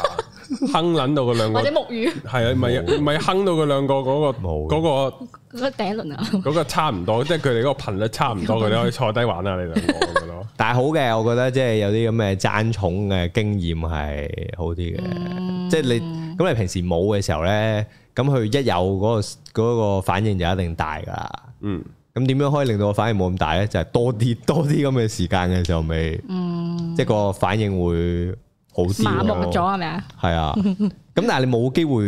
哼撚到佢兩個
或者木魚
係啊，咪咪哼到佢兩個嗰個
冇
嗰
嗰個第一輪啊，
個嗰個差唔多，即係佢哋嗰個頻率差
[LAUGHS]
唔多，佢哋可以坐低玩下你兩個咁樣咯。
但係好嘅，我覺得即係有啲咁嘅爭寵嘅經驗係好啲
嗯
嗯
嘅，即係你咁你平時冇嘅時候咧，咁佢一有嗰個嗰個反應就一定大㗎啦。
嗯，
咁點樣可以令到我反應冇咁
嗯
大咧？就係、多啲多啲咁嘅時間嘅時候，咪、即係個反應會好啲
嗯麻木
咯
咗係咪啊？
係
[LAUGHS]
啊，咁但係你冇機會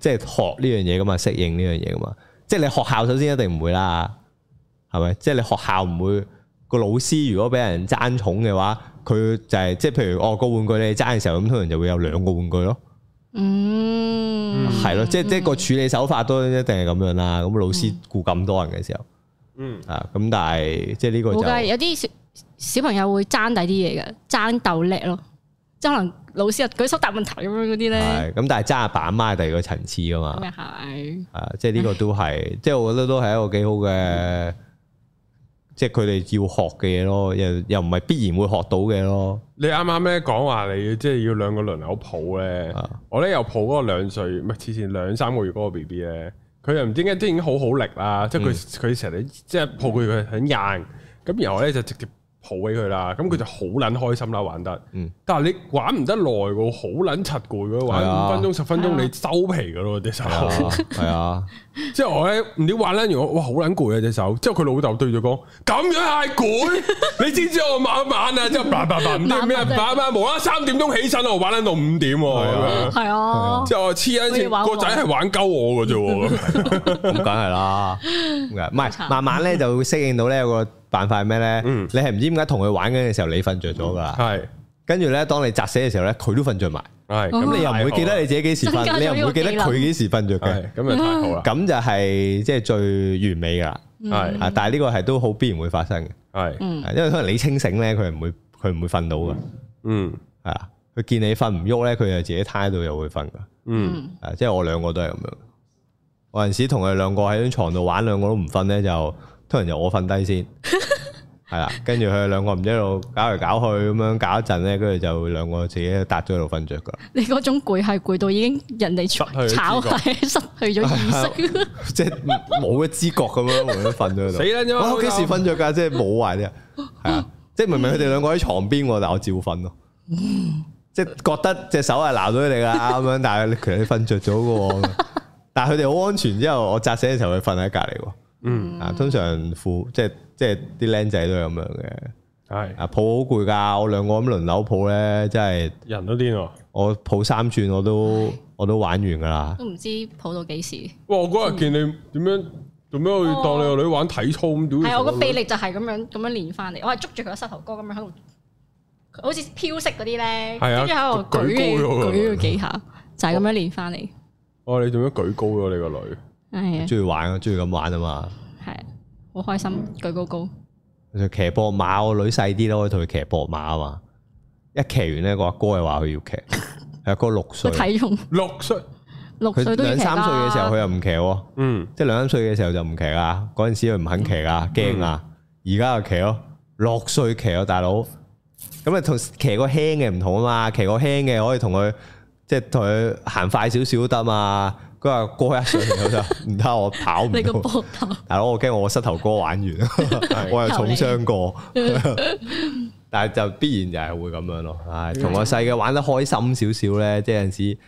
即係學呢樣嘢噶嘛，適應呢樣嘢噶嘛。即係你學校首先一定唔會啦，係咪？即係你學校唔會個老師如果俾人爭寵嘅話，佢就係、即係譬如哦個玩具你爭嘅時候，咁通常就會有兩個玩具咯，
嗯，嗯
係咯、即係即係個處理手法都一定係咁樣啦。咁老師顧咁多人嘅時候，
嗯，
啊咁但係即係呢個就
冇噶，有啲小小朋友會爭第啲嘢嘅，爭鬥叻咯，即係可能老師又啊舉手答問題咁樣嗰啲咧，
係咁，但係爭阿爸阿媽係第二個層次噶嘛
咁。又係，
啊，即係呢個
[LAUGHS]
都係，即係我覺得都係一個幾好嘅，即係佢哋要學嘅嘢咯，又又唔係必然會學到嘅咯。
你啱啱咧講話你即係要兩個輪流抱咧
啊，
我咧又抱嗰個兩歲，唔係之前兩三個月嗰個 B B 咧，佢又唔知點解都已經好好力啦，即係
嗯
佢佢成日即係抱佢佢很硬，咁然後咧就直接抱起佢啦，咁佢就好撚開心啦玩得，
嗯
但係你玩唔得耐喎，好撚柒攰嘅，玩
係
五
啊
分鐘十分鐘
係啊
你收皮嘅咯隻手，
係啊，
[LAUGHS]
係啊，
即係我咧唔知玩撚完我哇好撚攰啊隻手，之後佢老豆對住講咁樣嗌攰，你知唔知我晚晚啊，之後叭叭叭唔知咩
晚晚
叭叭無啦啦三點鐘起身我玩撚到五點喎咁樣。
係啊，
即係我黐
好似
緊線，
玩我
個仔係玩鳩我嘅啫喎，咁樣
咁梗
[LAUGHS]
係啦，咁梗係唔係
慘
慢慢咧就會適應到咧有個辦法係咩咧？
嗯
你係唔知點解同佢玩緊嘅時候你瞓着咗㗎啦，
係
跟住咧當你砸死嘅時候咧佢都瞓着埋，
係
哦
咁你又唔會記得你自己幾時
增加
瞓，
咗
你又唔會記得
呢個
佢
技
幾時瞓着嘅，
係咁就太好啦，
咁就係即係最完美㗎啦。
係
啊，但係呢個係都好必然會發生嘅。
係
嗯，
啊因為可能你清醒咧，佢唔會佢唔會瞓到噶，
嗯
係啊，佢見你瞓唔喐咧，佢就自己攤喺度又會瞓噶，
嗯
啊，即係我兩個都係咁樣。我有陣時同佢兩個喺張床度玩，兩個都唔瞓咧，就通常就我瞓低先，係啦，跟住佢哋兩個唔知喺度搞嚟搞去咁樣搞一陣咧，跟住就兩個自己笪咗喺度瞓着噶，
你嗰種攰係攰到已經人哋炒
失去咗知覺啊
係 [LAUGHS] 失去咗意識，
即係冇咗知覺咁樣，冇咗瞓咗喺度。
死啦啫嘛
嗯哇我幾時瞓着㗎？即係冇壞啲啊，係啊，即係明明佢哋兩個喺床邊喎，但我照瞓咯。即係覺得隻手係鬧到佢哋㗎咁樣，但係你其實你瞓着咗嘅喎。但係佢哋好安全之後，我扎醒嘅時候佢瞓喺隔離喎。
嗯
啊，通常父即係即係啲僆仔都係咁樣嘅。
係
啊，抱好攰㗎，我兩個咁輪流抱咧，真係
人都癲喎。
我抱三轉我都我都玩完㗎
[LAUGHS]
啦。
[LAUGHS] 都唔知抱到幾時。
哇！我嗰日見你點樣做咩去當你個女玩體操咁屌？
係我個臂力就係咁樣咁樣練翻嚟，我係捉住佢個膝頭哥咁樣喺度，好似飄色嗰啲咧，
係啊
跟住喺度舉
舉高咗
佢
佢
舉佢幾下，就係咁樣練翻嚟。
哇！哦你做咩舉高咗你個女？
係啊，
中意玩啊，中意咁玩啊嘛。
係好開心，舉高高。
就騎膊馬，我女細啲咯，可以同佢騎膊馬啊嘛。一騎完咧，個阿哥係話佢要騎，
[LAUGHS]
係阿哥六歲
個，體重
六歲，
六
佢
歲都要
兩
騎
三歲嘅時候
㗎
佢又唔騎喎，
嗯，
即係兩三歲嘅時候就唔騎啊。嗰陣時佢唔肯騎啊，
嗯
驚啊。而家就騎咯，六歲騎啊，大佬。咁啊，同騎個輕嘅唔同啊嘛，騎個輕嘅可以同佢即係同佢行快少少得嘛。佢話哥一歲我就唔得，我跑唔
你個
到。
膊頭
大佬，我驚我膝頭哥玩完，我又重傷過，但係就必然就係會咁樣咯。唉，同我細嘅玩得開心少少咧，即係有陣時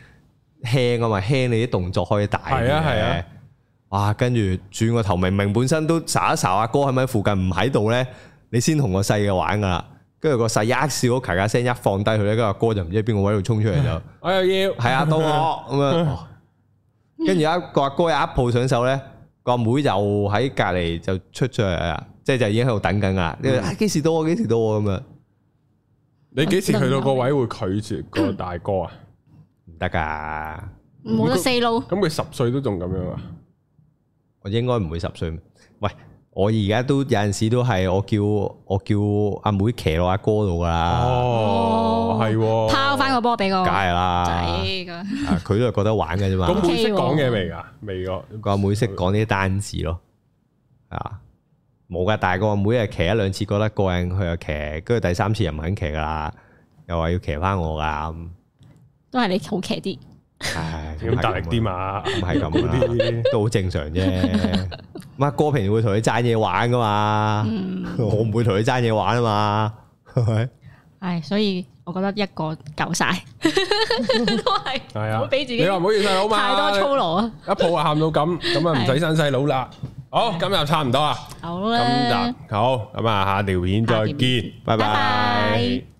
輕啊嘛，輕你啲動作可以大啲嘅
係啊係啊。
哇！跟住轉個頭，明明本身都睄一睄阿哥喺咪附近唔喺度咧，你先同個細嘅玩噶啦。跟住個細一笑到咔咔聲，一放低佢咧，跟住阿哥就唔知喺邊個位度衝出嚟就。
我又要
系啊，到我咁样，跟住有一個阿哥有一抱上手咧，個阿妹又喺隔離就出咗嚟啦，即係就已經喺度等緊啦。你話啊幾時到我？幾時到我咁樣？
你幾時去到個位會拒絕個大哥
[COUGHS]
啊？
唔得噶，
冇得 say no，
咁佢十歲都仲咁樣啊？
我應該唔會十歲。喂，我而家都有陣時都係我叫我叫阿妹騎落阿哥度噶啦，
哦，係喎，
拋翻個波俾個
梗係
仔
啦，
㗎。
啊佢都係覺得玩嘅啫嘛。
咁會識
OK 喎
講嘢未㗎？未個
個阿妹識講呢啲單字咯，啊，冇噶，但係個阿妹係騎一兩次覺得過癮，佢又騎，跟住第三次又唔肯騎噶啦，又話要騎翻我噶，咁
都係你好騎啲，
[LAUGHS]
唉，
要大力啲嘛？
唔係咁啦
[LAUGHS] 嗰啲
啊都好正常啫。乜哥平時會同佢爭嘢玩噶
啊
嘛，
嗯
嗯
我唔會同佢爭嘢玩啊嘛，係咪？
唉，所以我覺得一個夠晒，都係
[LAUGHS] 係啊，
唔好俾自己
你話唔好意思佬嘛，
太多操勞啊！
一抱啊喊到咁，咁啊唔使生細佬啦。好，今日差唔多啦，
好
今
啦，
集好，咁啊下條片再
下條
見
片，
拜
拜拜。
拜。